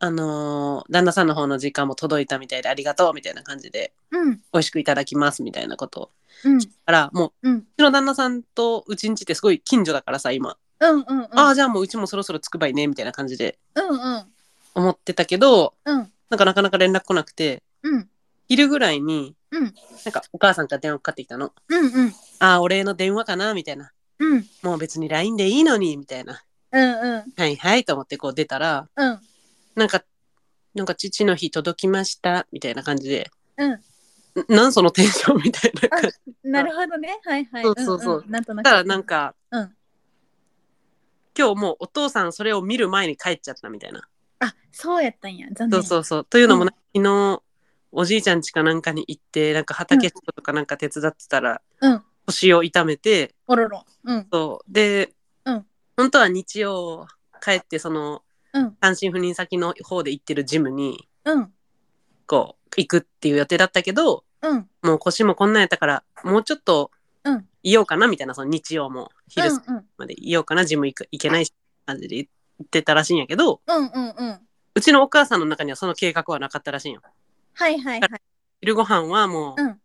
[SPEAKER 2] あのー旦那さんの方の時間も届いたみたいでありがとうみたいな感じで
[SPEAKER 1] うん
[SPEAKER 2] 美味しくいただきますみたいなことを
[SPEAKER 1] うん
[SPEAKER 2] からもう
[SPEAKER 1] うん
[SPEAKER 2] うちの旦那さんとうちんちってすごい近所だからさ今、
[SPEAKER 1] うんうんうん
[SPEAKER 2] ああじゃあもううちもそろそろつくばいねみたいな感じで
[SPEAKER 1] うんうん
[SPEAKER 2] 思ってたけど
[SPEAKER 1] うん
[SPEAKER 2] なんかなかなか連絡来なくて
[SPEAKER 1] うん
[SPEAKER 2] 昼ぐらいに、
[SPEAKER 1] うん
[SPEAKER 2] なんかお母さんから電話かかってきたの
[SPEAKER 1] うんうん
[SPEAKER 2] ああお礼の電話かなみたいな
[SPEAKER 1] うん
[SPEAKER 2] もう別に LINE でいいのにみたいな
[SPEAKER 1] うんうん
[SPEAKER 2] はいはいと思ってこう出たら
[SPEAKER 1] うん
[SPEAKER 2] なんか、なんか父の日届きましたみたいな感じで、
[SPEAKER 1] うん
[SPEAKER 2] んなんそのテンションみたいな感じ。
[SPEAKER 1] なるほどねはいはい
[SPEAKER 2] そうそうそうん
[SPEAKER 1] んなんとな
[SPEAKER 2] だ
[SPEAKER 1] く
[SPEAKER 2] からなんか、
[SPEAKER 1] うん
[SPEAKER 2] 今日もうお父さんそれを見る前に帰っちゃったみたいな。
[SPEAKER 1] あそうやったんや残
[SPEAKER 2] そ
[SPEAKER 1] 念
[SPEAKER 2] うそうそう。というのも、
[SPEAKER 1] うん
[SPEAKER 2] 昨日、おじいちゃん家かなんかに行って、なんか畑仕事とかなんか手伝ってたら、
[SPEAKER 1] うん
[SPEAKER 2] 腰を痛めて、
[SPEAKER 1] おろろうん
[SPEAKER 2] そう。で、
[SPEAKER 1] うん
[SPEAKER 2] 本当は日曜帰って、その、
[SPEAKER 1] うん
[SPEAKER 2] 単身赴任先の方で行ってるジムに、
[SPEAKER 1] うん
[SPEAKER 2] こう、行くっていう予定だったけど、
[SPEAKER 1] うん
[SPEAKER 2] もう腰もこんなんやったから、もうちょっと
[SPEAKER 1] うん
[SPEAKER 2] いようかなみたいな、その日曜も昼過ぎ
[SPEAKER 1] うん
[SPEAKER 2] までいようかな、ジム行く行けないし感じで言ってたらしいんやけど、
[SPEAKER 1] うんうんうん
[SPEAKER 2] うちのお母さんの中にはその計画はなかったらしいんよ。
[SPEAKER 1] はいはいはい
[SPEAKER 2] 昼ご飯はもう、
[SPEAKER 1] うん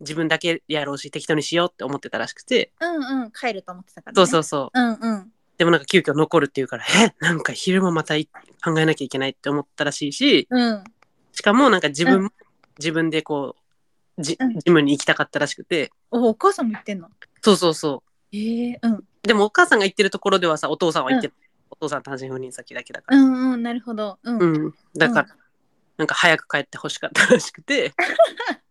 [SPEAKER 2] 自分だけやろうし、適当にしようって思ってたらしくて、
[SPEAKER 1] うんうん帰ると思ってたからね
[SPEAKER 2] そうそうそう。
[SPEAKER 1] うんうん
[SPEAKER 2] でもなんか急遽残るっていうから、えなんか昼もまたい考えなきゃいけないって思ったらしいし、
[SPEAKER 1] うん
[SPEAKER 2] しかもなんか自分も、
[SPEAKER 1] う
[SPEAKER 2] 自分でこう、ジ
[SPEAKER 1] うん
[SPEAKER 2] ジムに行きたかったらしくて、
[SPEAKER 1] おお母さんも言ってんの
[SPEAKER 2] そうそうそう。
[SPEAKER 1] ええうん
[SPEAKER 2] でもお母さんが行ってるところではさお父さんは行ってる、お父さん単身赴任先だけだか
[SPEAKER 1] う
[SPEAKER 2] ら、
[SPEAKER 1] んうんなるほどうん
[SPEAKER 2] うんだから、なんか早く帰ってほしかったらしくて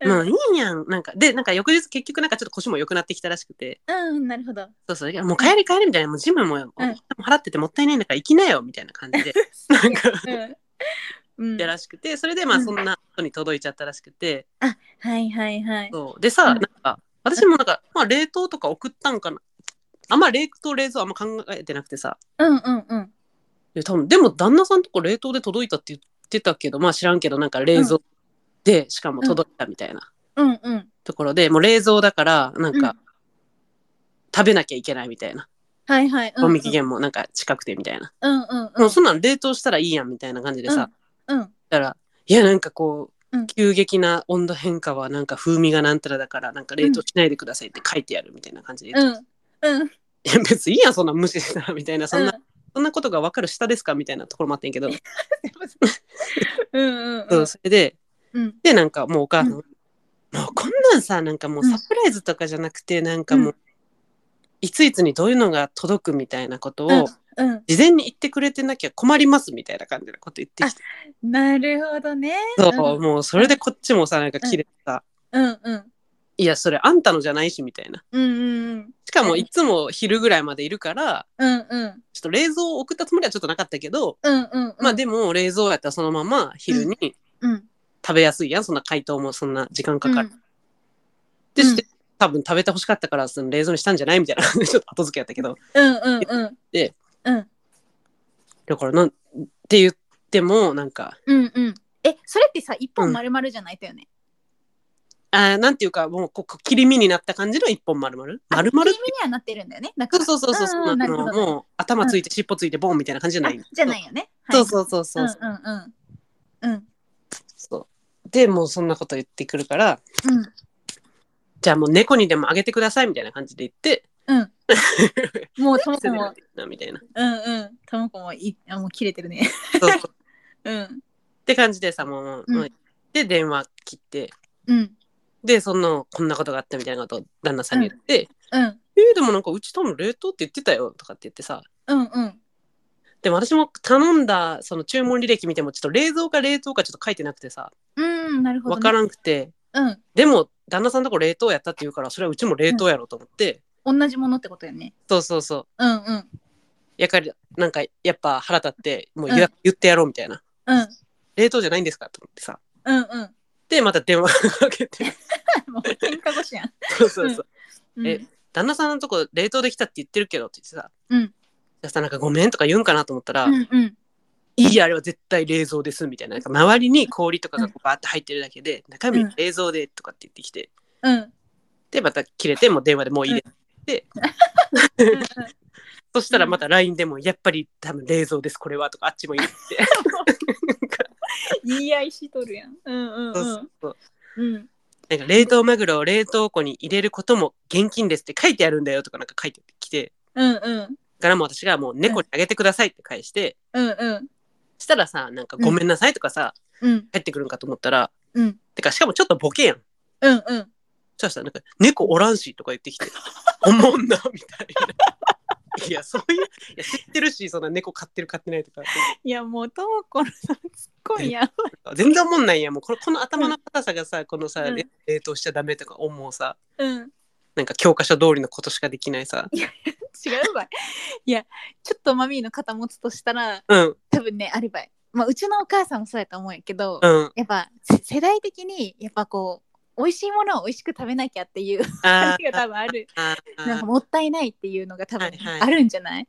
[SPEAKER 1] うん
[SPEAKER 2] まあいいやんなんかでなんか翌日結局なんかちょっと腰も良くなってきたらしくて
[SPEAKER 1] うんうんなるほど
[SPEAKER 2] そうそういやもう帰れ帰れみたいなもうジムも、払っててもったいないんだから行きなよみたいな感じでなんか
[SPEAKER 1] うんうん
[SPEAKER 2] やらしくてそれでま
[SPEAKER 1] う
[SPEAKER 2] あ
[SPEAKER 1] ん
[SPEAKER 2] そんな人に届いちゃったらしくて、
[SPEAKER 1] はいはいはい
[SPEAKER 2] そうでさ、
[SPEAKER 1] うん
[SPEAKER 2] なんか私もなんか、まあ、冷凍とか送ったんかなあんま冷凍冷蔵あんま考えてなくてさ
[SPEAKER 1] うんうんうん
[SPEAKER 2] いや多分でも旦那さんとこ冷凍で届いたって言ってたけどまあ知らんけどなんか冷蔵で、しかも届いたみたいな
[SPEAKER 1] うんうん
[SPEAKER 2] ところで、もう冷蔵だからなんか、
[SPEAKER 1] うん
[SPEAKER 2] 食べなきゃいけないみたいな
[SPEAKER 1] はいはいうん
[SPEAKER 2] 賞味期限もなんか近くてみたいな、
[SPEAKER 1] うんうんうん
[SPEAKER 2] もうそんなん冷凍したらいいやんみたいな感じでさ、
[SPEAKER 1] うんうん
[SPEAKER 2] だからいやなんかこう
[SPEAKER 1] うん
[SPEAKER 2] 急激な温度変化はなんか風味がなんたらだからなんか冷凍しないでくださいって書いてあるみたいな感じで、
[SPEAKER 1] うんうん
[SPEAKER 2] いや別にいいやんそんな無視したらみたいなそんな、
[SPEAKER 1] うん
[SPEAKER 2] そんなことが分かる下ですかみたいなところもあってんけど、
[SPEAKER 1] うんうん
[SPEAKER 2] そうそれで
[SPEAKER 1] うん
[SPEAKER 2] でなんかもうお母さん、
[SPEAKER 1] う
[SPEAKER 2] もうこんなんさなんかもう
[SPEAKER 1] うん
[SPEAKER 2] サプライズとかじゃなくてなんかも
[SPEAKER 1] う
[SPEAKER 2] う、いついつにどういうのが届くみたいなことを、
[SPEAKER 1] うん
[SPEAKER 2] 事前に言ってくれてなきゃ困りますみたいな感じのこと言ってきて
[SPEAKER 1] なるほどね
[SPEAKER 2] そう、
[SPEAKER 1] うん
[SPEAKER 2] もうそれでこっちもさなんか切れてさ、
[SPEAKER 1] うんうん
[SPEAKER 2] いやそれあんたのじゃないしみたいな
[SPEAKER 1] うんうん
[SPEAKER 2] しかもいつも昼ぐらいまでいるから
[SPEAKER 1] うんうん
[SPEAKER 2] ちょっと冷蔵を送ったつもりはちょっとなかったけど、
[SPEAKER 1] うんうん
[SPEAKER 2] まあでも冷蔵やったらそのまま昼に
[SPEAKER 1] うん
[SPEAKER 2] 食べやすいやんそんな解凍もそんな時間かかる、
[SPEAKER 1] うん
[SPEAKER 2] で
[SPEAKER 1] うん
[SPEAKER 2] して多分食べてほしかったからその冷蔵にしたんじゃないみたいな 感じでちょっと後付けやったけど
[SPEAKER 1] うんうんうん
[SPEAKER 2] で
[SPEAKER 1] うん
[SPEAKER 2] だからなんって言ってもなんか
[SPEAKER 1] うんうんえそれってさ一
[SPEAKER 2] う
[SPEAKER 1] 本
[SPEAKER 2] ん
[SPEAKER 1] 丸々じゃないだよね
[SPEAKER 2] あーなんていうかもうこう切り身になった感じの一本丸々丸々
[SPEAKER 1] あ切り身にはなってるんだよねだか
[SPEAKER 2] そう
[SPEAKER 1] ら
[SPEAKER 2] そうそうそうそう、
[SPEAKER 1] うんうんな
[SPEAKER 2] あの
[SPEAKER 1] るほど
[SPEAKER 2] もう頭ついて尻尾ついてボンみたいな感じじゃない、
[SPEAKER 1] あじゃないいよね
[SPEAKER 2] そう
[SPEAKER 1] う
[SPEAKER 2] そうそうそううん
[SPEAKER 1] うんうんうん
[SPEAKER 2] そうでもうそんなこと言ってくるから
[SPEAKER 1] うん
[SPEAKER 2] じゃあもう猫にでもあげてくださいみたいな感じで言って
[SPEAKER 1] うん。もう、ともこ
[SPEAKER 2] それでな
[SPEAKER 1] も
[SPEAKER 2] ん、て言うなみたいな
[SPEAKER 1] うんうん。ともこもいい、あ、もう切れてるね。
[SPEAKER 2] そうそう
[SPEAKER 1] うん。
[SPEAKER 2] って感じでさもう、
[SPEAKER 1] うん
[SPEAKER 2] もうで電話切って
[SPEAKER 1] うん。
[SPEAKER 2] でそのこんなことがあったみたいなことを旦那さんに言って
[SPEAKER 1] うん。
[SPEAKER 2] 「えーでもなんかうち多分冷凍って言ってたよ」とかって言ってさ
[SPEAKER 1] うん。うん。
[SPEAKER 2] でも私も頼んだその注文履歴見てもちょっと冷蔵か冷凍かちょっと書いてなくてさ
[SPEAKER 1] うん。なるほど、
[SPEAKER 2] 分
[SPEAKER 1] ね。
[SPEAKER 2] からんくて
[SPEAKER 1] うん。
[SPEAKER 2] でも旦那さんのとこ冷凍やったって言うからそれはうちも冷凍やろと思って、
[SPEAKER 1] 同じものってことよね。
[SPEAKER 2] そうそうそ
[SPEAKER 1] う
[SPEAKER 2] う
[SPEAKER 1] んうん。
[SPEAKER 2] やかりなんかやっぱ腹立ってもう言,、
[SPEAKER 1] うん
[SPEAKER 2] 言ってやろうみたいな
[SPEAKER 1] うん。
[SPEAKER 2] 冷凍じゃないんですかと思ってさ
[SPEAKER 1] うんうん。
[SPEAKER 2] でまた電話かけて
[SPEAKER 1] もう喧嘩腰やん。
[SPEAKER 2] そうそうそう、
[SPEAKER 1] うん、
[SPEAKER 2] え旦那さんのとこ冷凍できたって言ってるけどって言ってさ、
[SPEAKER 1] うん
[SPEAKER 2] じゃあさなんかごめんとか言うんかなと思ったら、
[SPEAKER 1] うんうん。
[SPEAKER 2] いいやあれは絶対冷蔵ですみたいななんか周りに氷とかがこうバーって入ってるだけで、中身
[SPEAKER 1] うん
[SPEAKER 2] 冷蔵でとかって言ってきて
[SPEAKER 1] うん。
[SPEAKER 2] でまた切れてもう電話でもういいですって、
[SPEAKER 1] うんうん
[SPEAKER 2] そしたらまた LINE でもやっぱり多分冷蔵ですこれはとかあっちも言ってなんか
[SPEAKER 1] 言い合いしとるやん。うんうん
[SPEAKER 2] そう
[SPEAKER 1] う
[SPEAKER 2] そ
[SPEAKER 1] ん
[SPEAKER 2] う。そう
[SPEAKER 1] うん。
[SPEAKER 2] なんか冷凍マグロを冷凍庫に入れることも現金ですって書いてあるんだよとかなんか書いてきて
[SPEAKER 1] うんうん。
[SPEAKER 2] だからもう私がもう猫にあげてくださいって返して、
[SPEAKER 1] うんうん。
[SPEAKER 2] したらさなんかごめんなさいとかさ、
[SPEAKER 1] うん
[SPEAKER 2] 帰ってくるんかと思ったら
[SPEAKER 1] うん。
[SPEAKER 2] てかしかもちょっとボケやん
[SPEAKER 1] うんうん。
[SPEAKER 2] そしたらなんか猫おらんしとか言ってきて 「おもんな」みたいな。いやそういういや知ってるしそんな猫飼ってる飼ってないとか
[SPEAKER 1] いや、もう、ともこのさ、すっごいや ん。
[SPEAKER 2] 全然おもんないやんもうこれこの頭の硬さがさこのさ、
[SPEAKER 1] うん
[SPEAKER 2] 冷凍しちゃダメとか思うさ
[SPEAKER 1] うん。
[SPEAKER 2] なんか教科書通りのことしかできないさ
[SPEAKER 1] 違うばい。いや、ちょっとマミーの肩持つとしたら、
[SPEAKER 2] うん
[SPEAKER 1] 多分ね、あるばい。まあ、うちのお母さんもそうやと思うんやけど、
[SPEAKER 2] うん
[SPEAKER 1] やっぱせ世代的に、やっぱこう、美味しいものを美味しく食べなきゃって いう感
[SPEAKER 2] あー
[SPEAKER 1] じが多分ある。
[SPEAKER 2] あー
[SPEAKER 1] なんかもったいないっていうのが多分
[SPEAKER 2] はいはい
[SPEAKER 1] あるんじゃない、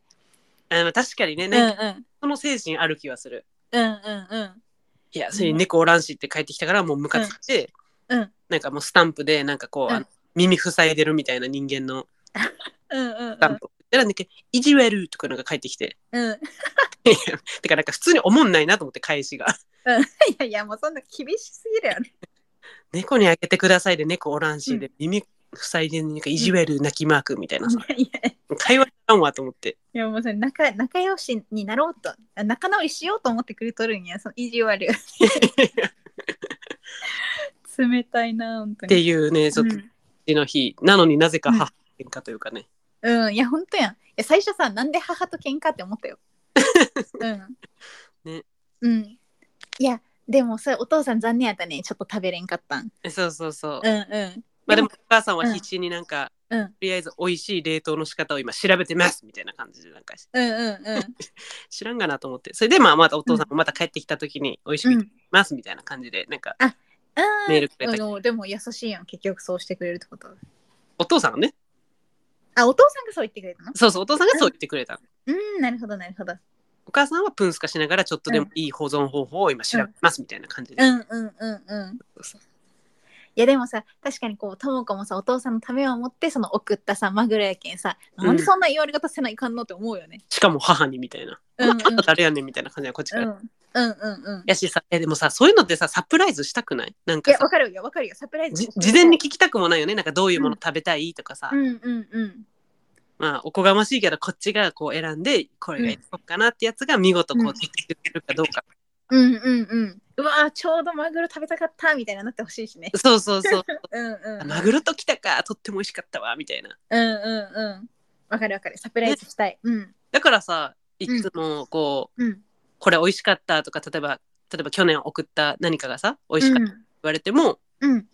[SPEAKER 2] あの確かにね、
[SPEAKER 1] うんう
[SPEAKER 2] なんか
[SPEAKER 1] ん。
[SPEAKER 2] その精神ある気はする。
[SPEAKER 1] うんうん
[SPEAKER 2] いや、それに猫おらんしって帰ってきたからもうムカついて、
[SPEAKER 1] うんうん
[SPEAKER 2] なんかもうスタンプで、なんかこう、
[SPEAKER 1] うん
[SPEAKER 2] あの耳塞いでるみたいな人間の
[SPEAKER 1] うん。うんうん
[SPEAKER 2] スタンプ。だからなんか、意地悪とかなんか帰ってきて。
[SPEAKER 1] うん。うん。
[SPEAKER 2] いやてかなんか普通に思んないなと思って 返しが。
[SPEAKER 1] いやいや、もうそんな厳しすぎる よね。
[SPEAKER 2] 猫にあげてくださいで猫おらんしで、
[SPEAKER 1] う
[SPEAKER 2] 耳塞いでなんか意地悪泣きマークみたいなさ、
[SPEAKER 1] いやいや。
[SPEAKER 2] 会話あんわと思って。
[SPEAKER 1] いやもうそれ仲仲良しになろうとあ仲直りしようと思ってくれとるんやその意地 悪冷たいな本当
[SPEAKER 2] って
[SPEAKER 1] に
[SPEAKER 2] いうね、ちょっと次の日、なのになぜか母喧嘩というかね。
[SPEAKER 1] うん、うん、いや本当やんいや最初さなんで母と喧嘩って思った ようん
[SPEAKER 2] ね
[SPEAKER 1] うんいやでもそれお父さん残念やったねちょっと食べれんかったん
[SPEAKER 2] そうそうそう。
[SPEAKER 1] うんうん
[SPEAKER 2] まあでも
[SPEAKER 1] で
[SPEAKER 2] お母さんは必死になんか、
[SPEAKER 1] うん
[SPEAKER 2] とりあえず美味しい冷凍の仕方を今調べてますみたいな感じでなんか
[SPEAKER 1] うんうんうん
[SPEAKER 2] 知らんがなと思ってそれでまあまたお父さんもまた帰ってきた時に美味
[SPEAKER 1] う
[SPEAKER 2] しくい
[SPEAKER 1] ん
[SPEAKER 2] きますみたいな感じでなんか
[SPEAKER 1] あ
[SPEAKER 2] メールくれた
[SPEAKER 1] あのでも優しいやん結局そうしてくれるってことは
[SPEAKER 2] お父さんはね
[SPEAKER 1] あお父さんがそう言ってくれたの
[SPEAKER 2] そうそうお父さんがそう言ってくれたの
[SPEAKER 1] うんなるほどなるほど
[SPEAKER 2] お母さんはプンスカしながらちょっとでもいい保存方法を今調べますみたいな感じで
[SPEAKER 1] うんうんうんうん
[SPEAKER 2] そうそう
[SPEAKER 1] いやでもさ確かにこうともこもさお父さんのためを思ってその送ったさマグロやけんさ、
[SPEAKER 2] うん
[SPEAKER 1] なんでそんな言われ方せないかんのって思うよね。
[SPEAKER 2] しかも母にみたいな、
[SPEAKER 1] うんうん
[SPEAKER 2] あんた誰やねんみたいな感じでこっち
[SPEAKER 1] う
[SPEAKER 2] から、
[SPEAKER 1] んうんうんうん。
[SPEAKER 2] やしさえでもさそういうのってさサプライズしたくないなん
[SPEAKER 1] い
[SPEAKER 2] か
[SPEAKER 1] や、
[SPEAKER 2] さ
[SPEAKER 1] わかるよ、わかるよ。サプライズ
[SPEAKER 2] じ。事前に。聞きたくもないよねなんかどういうもの食べたいとかさ、
[SPEAKER 1] うんうんうん。
[SPEAKER 2] まあおこがましいけどこっちがこう選んでこれがいこうかなってやつが見事こ
[SPEAKER 1] うん
[SPEAKER 2] うできてるかどうか、
[SPEAKER 1] うんうんうん。うわーちょうどマグロ食べたかったみたいななってほしいしね。
[SPEAKER 2] そうそうそう
[SPEAKER 1] うんうん。
[SPEAKER 2] マグロときたかとっても美味しかったわみたいな
[SPEAKER 1] うんうんうん。わかるわかる。サプライズしたい。うん
[SPEAKER 2] だからさいつもこう、
[SPEAKER 1] うん。
[SPEAKER 2] これ美味しかったとか例えば例えば去年送った何かがさ美味しかったって
[SPEAKER 1] うん
[SPEAKER 2] 言われても、
[SPEAKER 1] うん。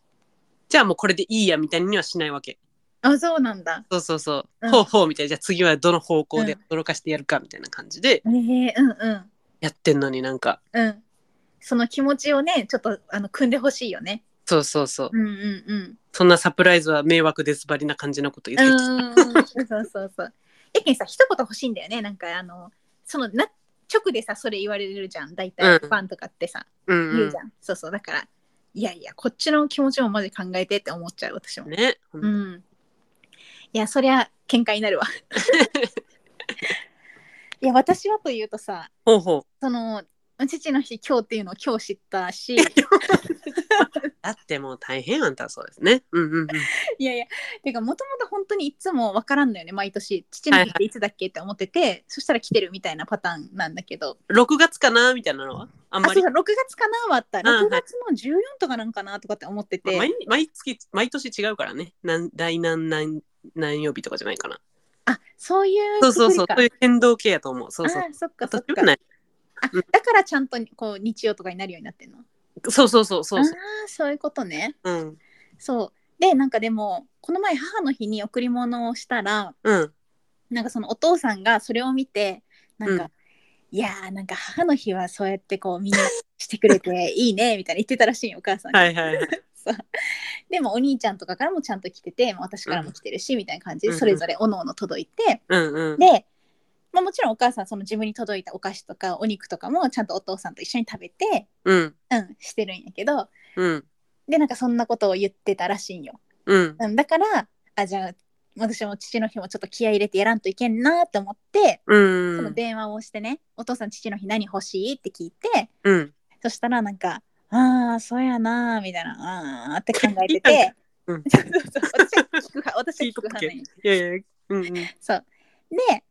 [SPEAKER 2] じゃあもうこれでいいやみたいにはしないわけ
[SPEAKER 1] あ、そうなんだ。
[SPEAKER 2] そうそうそう、
[SPEAKER 1] うん
[SPEAKER 2] ほうほうみたいなじゃあ次はどの方向
[SPEAKER 1] う
[SPEAKER 2] で驚かしてやるかみたいな感じで
[SPEAKER 1] ええうんうん。
[SPEAKER 2] やってんのになんか
[SPEAKER 1] うん。その気持ちをね、ちょっとあの組んでほしいよね。
[SPEAKER 2] そうそうそう、
[SPEAKER 1] うんうんうん。
[SPEAKER 2] そんなサプライズは迷惑ですばりな感じのこと言
[SPEAKER 1] う
[SPEAKER 2] って
[SPEAKER 1] ん
[SPEAKER 2] き
[SPEAKER 1] う
[SPEAKER 2] て、
[SPEAKER 1] んうん。そうそうそう。えけんさ、一言欲しいんだよね。なんかあの、そのな直でさ、それ言われるじゃん。大体
[SPEAKER 2] う
[SPEAKER 1] フ
[SPEAKER 2] ん
[SPEAKER 1] ァンとかってさ、
[SPEAKER 2] うんうん
[SPEAKER 1] 言うじゃん。そうそう。だから、いやいや、こっちの気持ちもマジ考えてって思っちゃう、私も。
[SPEAKER 2] ね、
[SPEAKER 1] うん。いや、そりゃ喧嘩に なるわ。いや、私はというとさ、
[SPEAKER 2] ほうほう
[SPEAKER 1] その、父の日今日っていうのを今日知ったし、
[SPEAKER 2] だってもう大変あんたはそうですねうんうんうん
[SPEAKER 1] いやいや、てか、もともと本当にいつも分からんのよね、毎年。父の日っていつだっけって思ってて、そしたら来てるみたいなパターンなんだけど、
[SPEAKER 2] 6月かなみたいなのはあん
[SPEAKER 1] あ、
[SPEAKER 2] ま
[SPEAKER 1] そう
[SPEAKER 2] り
[SPEAKER 1] だ、6月かなはあった。
[SPEAKER 2] うん
[SPEAKER 1] 6月の14とかなんかなとかって思って
[SPEAKER 2] ま
[SPEAKER 1] て、
[SPEAKER 2] あ毎毎月毎年違うからねなん第何何何曜日とかじゃないかな
[SPEAKER 1] あ、そういう
[SPEAKER 2] そうそうそう
[SPEAKER 1] くく
[SPEAKER 2] そうい
[SPEAKER 1] り
[SPEAKER 2] う変動系やと思うそう
[SPEAKER 1] か
[SPEAKER 2] そう
[SPEAKER 1] あ、そっかそっ
[SPEAKER 2] 私
[SPEAKER 1] か
[SPEAKER 2] よく。ない
[SPEAKER 1] あ
[SPEAKER 2] うん
[SPEAKER 1] だからちゃんとこう日曜とかになるようになってんの。
[SPEAKER 2] そうそうそうそう
[SPEAKER 1] あ
[SPEAKER 2] そ
[SPEAKER 1] あ、
[SPEAKER 2] う
[SPEAKER 1] そういうことね。
[SPEAKER 2] うん
[SPEAKER 1] そう。で、なんかでも、この前母の日に贈り物をしたら、
[SPEAKER 2] うん
[SPEAKER 1] なんかそのお父さんがそれを見てなんか、
[SPEAKER 2] うん
[SPEAKER 1] いやーなんか母の日はそうやってこうみんなしてくれて いいねみたいな言ってたらしいよお母さんが、
[SPEAKER 2] はいはいはい
[SPEAKER 1] そうでもお兄ちゃんとかからもちゃんと来ててもう私からも来てるし、みたいな感じ
[SPEAKER 2] う
[SPEAKER 1] で
[SPEAKER 2] んうん
[SPEAKER 1] それぞれおのおの届いて、
[SPEAKER 2] うんうん
[SPEAKER 1] で、まあ、もちろんお母さんその自分に届いたお菓子とかお肉とかもちゃんとお父さんと一緒に食べて、
[SPEAKER 2] うん
[SPEAKER 1] うん、してるんやけど
[SPEAKER 2] うん
[SPEAKER 1] でなんかそんなことを言ってたらしいんよ、
[SPEAKER 2] うん
[SPEAKER 1] うん、だからあじゃあ私も父の日もちょっと気合い入れてやらんといけんなと思って
[SPEAKER 2] うん
[SPEAKER 1] その電話をしてね、お父さん父の日何欲しいって聞いて
[SPEAKER 2] うん
[SPEAKER 1] そしたらなんか「ああそうやなー」みたいな「ああ」って考えて
[SPEAKER 2] 聞い
[SPEAKER 1] て、
[SPEAKER 2] たん
[SPEAKER 1] そうそう私は聞く派私は聞く派
[SPEAKER 2] 聞
[SPEAKER 1] な
[SPEAKER 2] い
[SPEAKER 1] んよ
[SPEAKER 2] いやいやうんうん
[SPEAKER 1] そうで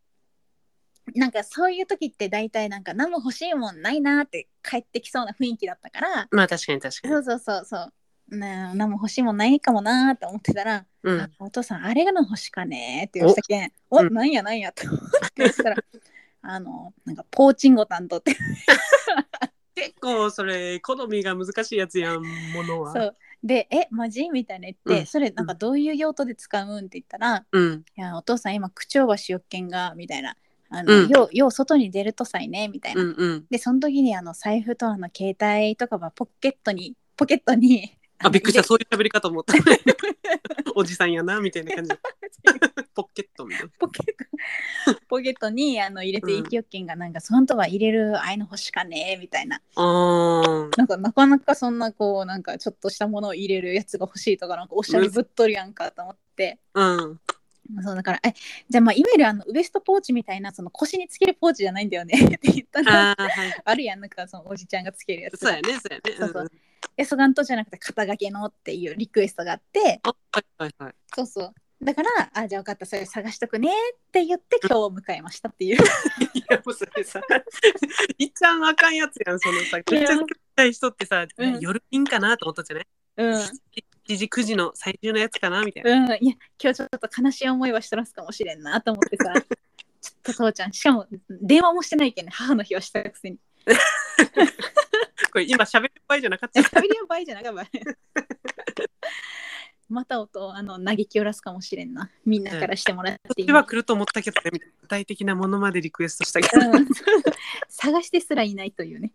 [SPEAKER 1] なんかそういう時って大体なんか何も欲しいもんないなーって帰ってきそうな雰囲気だったから、
[SPEAKER 2] まあ確かに確
[SPEAKER 1] そ
[SPEAKER 2] かに
[SPEAKER 1] うそうそうそうな何も欲しいもんないかもなーって思ってたら、
[SPEAKER 2] うん
[SPEAKER 1] あお父さんあれがの欲しかねーって言われたけんお、
[SPEAKER 2] うん
[SPEAKER 1] なんやなんやと思ってそしたら あのなんかポーチンゴ担当って
[SPEAKER 2] 結構それ好みが難しいやつやんものは
[SPEAKER 1] そうで「えマジ?」みたいな言って、
[SPEAKER 2] うん
[SPEAKER 1] それなんかどういう用途で使うんって言ったら「
[SPEAKER 2] うん
[SPEAKER 1] いやお父さん今口調ばしよっけんが」みたいな「あの
[SPEAKER 2] うん
[SPEAKER 1] ようよう外に出るとさいね」みたいな。
[SPEAKER 2] うんうん
[SPEAKER 1] でその時にあの財布とあの携帯とかはポケットにポケットに
[SPEAKER 2] あびっくりした
[SPEAKER 1] た
[SPEAKER 2] そういう喋りかと 思ったおじさんやなみたいな感じ ポケットみたいな
[SPEAKER 1] ポケットポケットにあの入れていきよっけんがなんかそのとは入れるああいうの欲しかねみたいな
[SPEAKER 2] あ
[SPEAKER 1] なんかなかなかそんなこうなんかちょっとしたものを入れるやつが欲しいとかなんかおしゃれぶっとるやんかと思って、
[SPEAKER 2] ーうん
[SPEAKER 1] そうだからえじゃあまあいわゆるあのウエストポーチみたいなその腰につけるポーチじゃないんだよね って言ったらあ
[SPEAKER 2] あー はい
[SPEAKER 1] るやんなんかそのおじちゃんがつけるやつ
[SPEAKER 2] そうやねそうやね
[SPEAKER 1] そうそうん
[SPEAKER 2] ん
[SPEAKER 1] エソガントじゃなくて肩掛けのっていうリクエストがあって
[SPEAKER 2] あはいはいはい
[SPEAKER 1] そうそうだからあじゃあ分かったそれ探しとくねって言って今日を迎えましたって いう
[SPEAKER 2] いやもうそれさ いっちゃんあかんやつやんそのさめっちゃ作りたい人ってさ、
[SPEAKER 1] うん
[SPEAKER 2] 夜便かなと思ったじゃない
[SPEAKER 1] うん、うん、
[SPEAKER 2] 7時9時の最終のやつかなみたいな、
[SPEAKER 1] いや今日ちょっと悲しい思いはしてますかもしれんなと思ってさ ちょっと父ちゃんしかも電話もしてないけんね母の日はしたくせに
[SPEAKER 2] これ今喋る場合じゃなかっ
[SPEAKER 1] いや
[SPEAKER 2] た
[SPEAKER 1] 喋りの場合じゃなかば また音あの嘆きをらすかもしれんなみんなからしてもらっていい、
[SPEAKER 2] 今は来ると思ったけどねみたいな具体的なものまでリクエストしたけど
[SPEAKER 1] うん 探してすらいないというね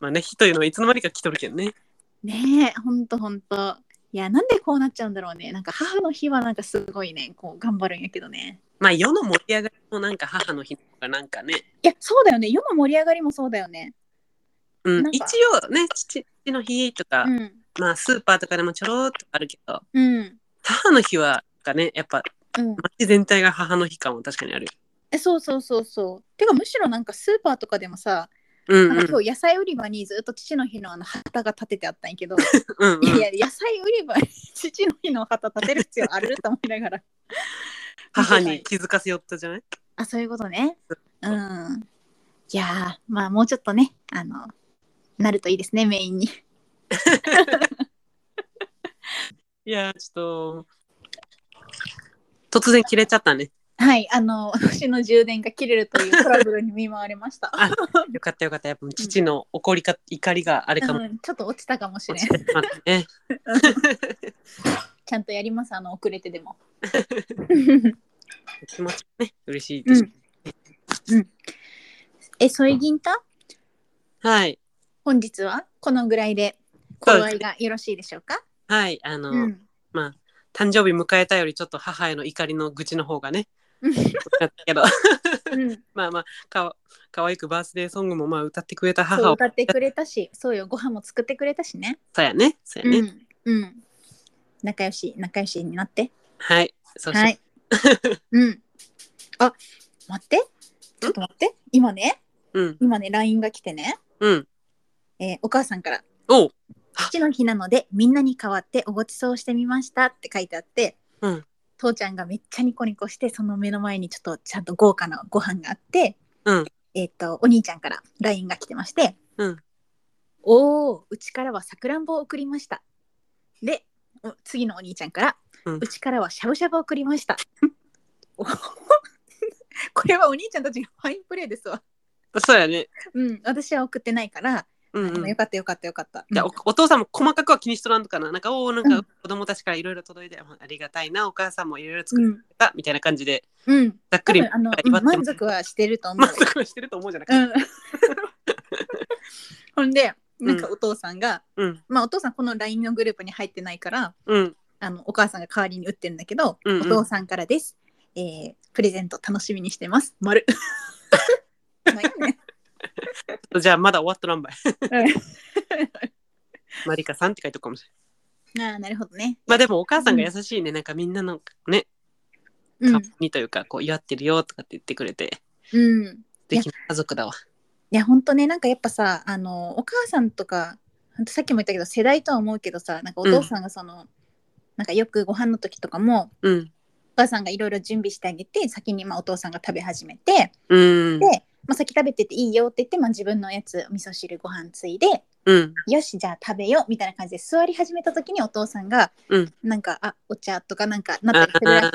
[SPEAKER 2] まあね火というのはいつの間にか来とるけんね
[SPEAKER 1] ねえほんとほんといやなんでこうなっちゃうんだろうねなんか母の日はなんかすごいねこう頑張るんやけどね
[SPEAKER 2] まあ世の盛り上がりもなんか母の日とかなんかね、
[SPEAKER 1] いやそうだよね世の盛り上がりもそうだよね
[SPEAKER 2] うん
[SPEAKER 1] なん、
[SPEAKER 2] 一
[SPEAKER 1] か
[SPEAKER 2] 応ね父父の日とか、
[SPEAKER 1] うん
[SPEAKER 2] まあスーパーとかでもちょろっとあるけど
[SPEAKER 1] うん
[SPEAKER 2] 母の日はなんかねやっぱ
[SPEAKER 1] うん
[SPEAKER 2] 街全体が母の日感は確かにある
[SPEAKER 1] えそうそうそうそうてかむしろなんかスーパーとかでもさ、
[SPEAKER 2] うん
[SPEAKER 1] なん
[SPEAKER 2] う
[SPEAKER 1] か今
[SPEAKER 2] ん
[SPEAKER 1] 日野菜売り場にずっと父の日のあの旗が立ててあったんやけど、
[SPEAKER 2] うんうん
[SPEAKER 1] いやいや野菜売り場に父の日の旗立てる必要あると思いながら
[SPEAKER 2] 母に気づかせよったじゃない
[SPEAKER 1] あそういうことねうんいやーまあもうちょっとねあのなるといいですねメインに
[SPEAKER 2] いやちょっと突然切れちゃったね
[SPEAKER 1] はいあの私の充電が切れるというトラブルに見舞われま した
[SPEAKER 2] あよかったよかったやっぱ父の怒りか怒りがあれかも
[SPEAKER 1] うん、ちょっと落ちたかもしれん
[SPEAKER 2] しれないね
[SPEAKER 1] ちゃんとやりますあの遅れてで も
[SPEAKER 2] 気持ちね嬉しいです、
[SPEAKER 1] うんえソイギンタ
[SPEAKER 2] はい
[SPEAKER 1] 本日はこのぐらいで
[SPEAKER 2] そう
[SPEAKER 1] 頃合
[SPEAKER 2] です
[SPEAKER 1] いがよろしいでしょうか
[SPEAKER 2] はいあの、
[SPEAKER 1] うん
[SPEAKER 2] まあ誕生日迎えたよりちょっと母への怒りの愚痴の方がね
[SPEAKER 1] うん
[SPEAKER 2] だったけど
[SPEAKER 1] うん
[SPEAKER 2] まあまあかわかわいくバースデーソングもまあ歌ってくれた
[SPEAKER 1] そう
[SPEAKER 2] 母を
[SPEAKER 1] 歌ってくれたしそうよご飯も作ってくれたしね
[SPEAKER 2] さやねさやね、
[SPEAKER 1] うん、うん、仲良し仲良しになって
[SPEAKER 2] はいそして、
[SPEAKER 1] はい、うん、あ待ってちょっと待って今ね
[SPEAKER 2] うん
[SPEAKER 1] 今ね LINE が来てね、
[SPEAKER 2] うん
[SPEAKER 1] えーお母さんから
[SPEAKER 2] おう
[SPEAKER 1] 「父の日なのでみんなに代わっておごちそうしてみました」って書いてあって、
[SPEAKER 2] うん
[SPEAKER 1] 父ちゃんがめっちゃニコニコしてその目の前にちょっとちゃんと豪華なご飯があって、
[SPEAKER 2] うん
[SPEAKER 1] えっとお兄ちゃんから LINE が来てまして「
[SPEAKER 2] うん
[SPEAKER 1] おおうちからはさくらんぼを送りました」でお次のお兄ちゃんから「
[SPEAKER 2] うん
[SPEAKER 1] うちからはしゃぶしゃぶを送りました」お これはお兄ちゃんたちがファインプレーですわ。
[SPEAKER 2] そうやね
[SPEAKER 1] うん、私は送ってないから、
[SPEAKER 2] うん
[SPEAKER 1] あ
[SPEAKER 2] う
[SPEAKER 1] の
[SPEAKER 2] ん
[SPEAKER 1] よかったよかったよかった。
[SPEAKER 2] じゃあ
[SPEAKER 1] う
[SPEAKER 2] お
[SPEAKER 1] ん
[SPEAKER 2] お父さんも細かくは気にしとらんのかななんかおおなん
[SPEAKER 1] うん
[SPEAKER 2] か子供たちからいろいろ届いて、ありがたいなお母さんもいろいろ作
[SPEAKER 1] うん
[SPEAKER 2] った、みたいな感じで
[SPEAKER 1] うん、
[SPEAKER 2] ざっ
[SPEAKER 1] 多
[SPEAKER 2] くり
[SPEAKER 1] 分あの、うん
[SPEAKER 2] 祝っても
[SPEAKER 1] 満足はしてると思う
[SPEAKER 2] 満。足してると思うじゃなく
[SPEAKER 1] う
[SPEAKER 2] て、
[SPEAKER 1] ん、 ほんでなんかお父さんが、
[SPEAKER 2] うん、
[SPEAKER 1] まあお父さんこの LINE のグループに入ってないから
[SPEAKER 2] うん
[SPEAKER 1] あのお母さんが代わりに打ってるんだけど、
[SPEAKER 2] うんうん
[SPEAKER 1] お父さんからです、えープレゼント楽しみにしてます 丸まあいいね
[SPEAKER 2] じゃあまだ終わっとらんばい
[SPEAKER 1] う
[SPEAKER 2] マリカさんって書いとくかもしれない
[SPEAKER 1] んああなるほどね、
[SPEAKER 2] まあでもお母さんが優しいね、なんかみんなのね
[SPEAKER 1] うん
[SPEAKER 2] 顔にというかこう祝ってるよとかって言ってくれて
[SPEAKER 1] うん、
[SPEAKER 2] できな家族だわ
[SPEAKER 1] いや本当ねなんかやっぱさあのお母さんとかほんとさっきも言ったけど世代とは思うけどさなんかお父さんがその、なんかよくご飯の時とかも
[SPEAKER 2] うん
[SPEAKER 1] お母さんがいろいろ準備してあげて先にまあお父さんが食べ始めて、
[SPEAKER 2] うん
[SPEAKER 1] で、まあ、先食べてていいよって言って、まあ、自分のやつ味噌汁ご飯ついで
[SPEAKER 2] うん
[SPEAKER 1] よしじゃあ食べようみたいな感じで座り始めた時にお父さんが、
[SPEAKER 2] うん
[SPEAKER 1] なんかあお茶とかなんかな
[SPEAKER 2] あ
[SPEAKER 1] ったりするらしい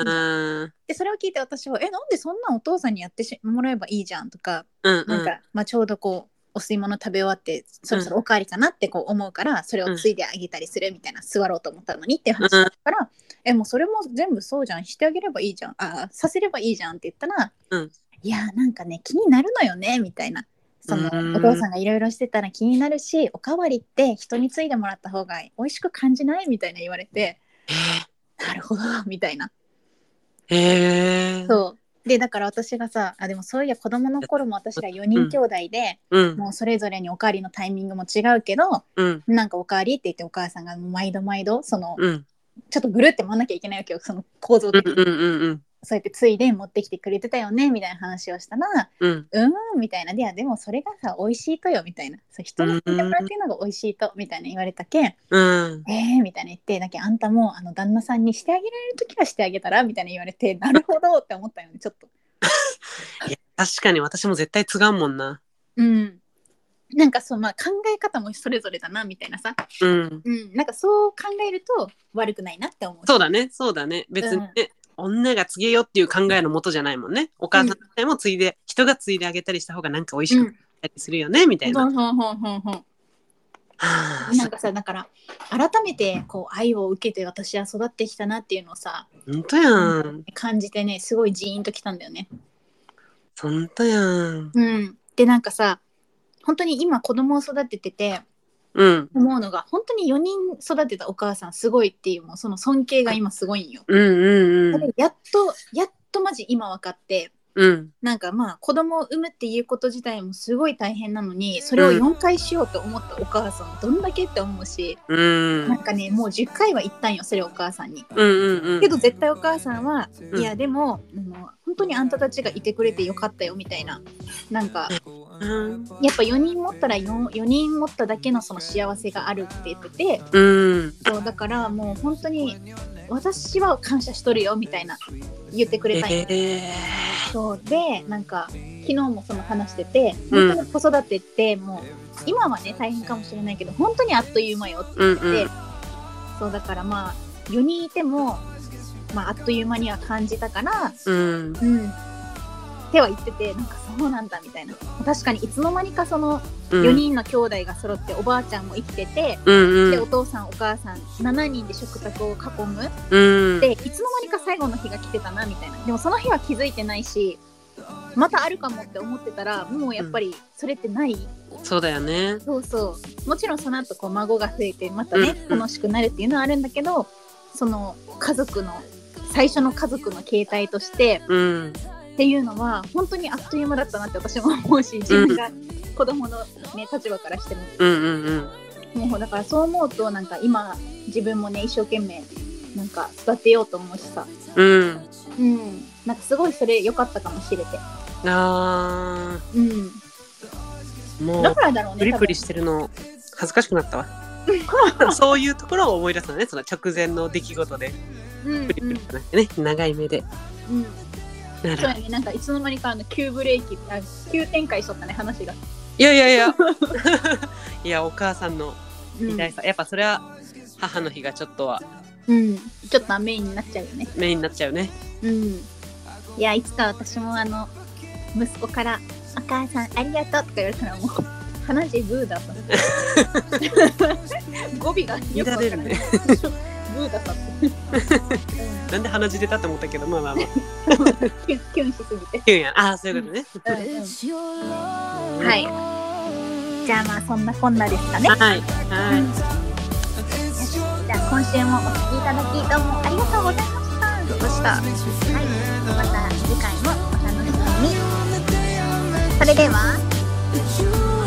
[SPEAKER 2] ー
[SPEAKER 1] でそれを聞いて私は「えなんでそんなんお父さんにやってしもらえばいいじゃん」とか
[SPEAKER 2] うんう
[SPEAKER 1] なん
[SPEAKER 2] ん
[SPEAKER 1] か、まあ、ちょうどこうお吸い物食べ終わってそろそろおかわりかなってこう思うから、それをついであげたりするみたいな、座ろうと思ったのにっていう話だったから、えもうそれも全部そうじゃんしてあげればいいじゃんあさせればいいじゃんって言ったら、
[SPEAKER 2] うん
[SPEAKER 1] いやーなんかね気になるのよねみたいなその
[SPEAKER 2] うーん
[SPEAKER 1] お父さんがいろいろしてたら気になるしおかわりって人についでもらった方が美味しく感じないみたいな言われてなるほどみたいな
[SPEAKER 2] へえ
[SPEAKER 1] そうでだから私がさあでもそういや子供の頃も私ら4人兄弟で、
[SPEAKER 2] うん
[SPEAKER 1] もうそれぞれにおかわりのタイミングも違うけど
[SPEAKER 2] うん
[SPEAKER 1] なんかおかわりって言ってお母さんが毎度毎度その
[SPEAKER 2] うん
[SPEAKER 1] ちょっとぐるって回んなきゃいけないわけよその構造
[SPEAKER 2] うん
[SPEAKER 1] 的
[SPEAKER 2] う
[SPEAKER 1] に、
[SPEAKER 2] んうんうん
[SPEAKER 1] そうやってついで持ってきてくれてたよねみたいな話をしたら
[SPEAKER 2] うん
[SPEAKER 1] うーんみたいなでいやでもそれがさ美味しいとよみたいなそう人に聞いてもらってるのが美味しいとみたいな言われたけん
[SPEAKER 2] うん
[SPEAKER 1] えーみたいな言ってだけどあんたもあの旦那さんにしてあげられる時はしてあげたらみたいな言われてなるほどって思ったよねちょっと。
[SPEAKER 2] 確かに私も絶対違うもんな
[SPEAKER 1] うんなんかそうまあ考え方もそれぞれだなみたいなさ
[SPEAKER 2] うん
[SPEAKER 1] うん、なんかそう考えると悪くないなって思う。
[SPEAKER 2] そうだね、そうだね。別にね、女が継げよっていう考えのもとじゃないもんね。お母さん自体も継いで、人が継いであげたりした方がなんか美味し
[SPEAKER 1] う
[SPEAKER 2] く
[SPEAKER 1] ん
[SPEAKER 2] なったりするよね、みたいな。
[SPEAKER 1] ほ
[SPEAKER 2] は
[SPEAKER 1] んほんほんほんほん
[SPEAKER 2] あ
[SPEAKER 1] なんかさだから改めてこう愛を受けて私は育ってきたなっていうのをさ
[SPEAKER 2] ほんとやん。
[SPEAKER 1] 感じてねすごいジーンときたんだよね。
[SPEAKER 2] ほんとやん。
[SPEAKER 1] うん、でなんかさ本当に今子供を育ててて
[SPEAKER 2] うん。
[SPEAKER 1] 思うのが本当に4人育てたお母さんすごいっていうもうその尊敬が今すごいんよ。
[SPEAKER 2] うんうんうん。
[SPEAKER 1] やっとやっとマジ今分かって
[SPEAKER 2] うん。
[SPEAKER 1] なんかまあ子供を産むっていうこと自体もすごい大変なのにそれを4回しようと思ったお母さんどんだけって思うし、
[SPEAKER 2] うん。
[SPEAKER 1] なんかねもう10回は行ったんよそれお母さんに。
[SPEAKER 2] うんうんうん
[SPEAKER 1] け。ど絶対お母さんは、
[SPEAKER 2] うん
[SPEAKER 1] いやでもあの本当にあんたたちがいてくれてよかったよみたいななんか
[SPEAKER 2] うん
[SPEAKER 1] やっぱ4人持ったら 4, 4人持っただけのその幸せがあるって言ってて
[SPEAKER 2] うん。
[SPEAKER 1] そうだからもう本当に私は感謝しとるよみたいな言ってくれたんよ
[SPEAKER 2] え
[SPEAKER 1] そうでなんか昨日もその話してて
[SPEAKER 2] うん
[SPEAKER 1] 本当に子育てってもう今はね大変かもしれないけど本当にあっという間よって
[SPEAKER 2] うんうん
[SPEAKER 1] でそうだからまあ4人いても、まあ、あっという間には感じたから
[SPEAKER 2] うん
[SPEAKER 1] うんっては言っててなんかそうなんだみたいな確かにいつの間にかその
[SPEAKER 2] うん。
[SPEAKER 1] 4人の兄弟が揃っておばあちゃんも生きてて、
[SPEAKER 2] うんう
[SPEAKER 1] でお
[SPEAKER 2] ん
[SPEAKER 1] 父さんお母さん7人で食卓を囲む
[SPEAKER 2] うん
[SPEAKER 1] でいつの間にか最後の日が来てたなみたいなでもその日は気づいてないしまたあるかもって思ってたらもうやっぱりそれってない、
[SPEAKER 2] そうだよね。
[SPEAKER 1] そうそうもちろんその後こう孫が増えてまたね
[SPEAKER 2] うん
[SPEAKER 1] 楽しくなるっていうのはあるんだけどその家族の最初の家族の形態として
[SPEAKER 2] うん
[SPEAKER 1] っていうのは本当にあっという間だったなって私も思うし自分が子供のね立場からしても
[SPEAKER 2] うんうんうん
[SPEAKER 1] もうだからそう思うとなんか今自分もね一生懸命なんか育てようと思うしさ
[SPEAKER 2] うん。
[SPEAKER 1] うんなんかすごいそれ良かったかもしれて
[SPEAKER 2] あ
[SPEAKER 1] うん
[SPEAKER 2] ーも
[SPEAKER 1] だ
[SPEAKER 2] う
[SPEAKER 1] からだろうね
[SPEAKER 2] プリプリしてるの恥ずかしくなったわ。そういうところを思い出すのね、その直前の出来事で。
[SPEAKER 1] 多分うん
[SPEAKER 2] プリプリじゃなくてね、長い目で。
[SPEAKER 1] うんうん
[SPEAKER 2] なる
[SPEAKER 1] そうやねなんかいつの間にかあの急ブレーキあ急展開しとったね話が、
[SPEAKER 2] いやいや いや。いや、お母さんの
[SPEAKER 1] うん
[SPEAKER 2] 偉大さ。やっぱそれは母の日がちょっとは
[SPEAKER 1] うん、ちょっとメインになっちゃうよね
[SPEAKER 2] メインになっちゃうね。
[SPEAKER 1] うんいやいつか私もあの息子から「お母さんありがとう」とか言われたらもう話ブーだと思って語尾がよくわ
[SPEAKER 2] 乱
[SPEAKER 1] か
[SPEAKER 2] れ
[SPEAKER 1] ら
[SPEAKER 2] る
[SPEAKER 1] ない
[SPEAKER 2] ね。
[SPEAKER 1] ブーださって、うん
[SPEAKER 2] なんで鼻血出たって思ったけど、まあまあま
[SPEAKER 1] キ
[SPEAKER 2] あ。
[SPEAKER 1] ュンキュンしすぎて、
[SPEAKER 2] キュンやんああ、そういうことね。
[SPEAKER 1] はいじゃあまあそんなこんなですかね
[SPEAKER 2] はい。はい。
[SPEAKER 1] じゃあ今週もお聞きいただきどうもありがとうございましたましたはいまた次回もお楽しみにそれでは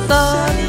[SPEAKER 3] Sorry.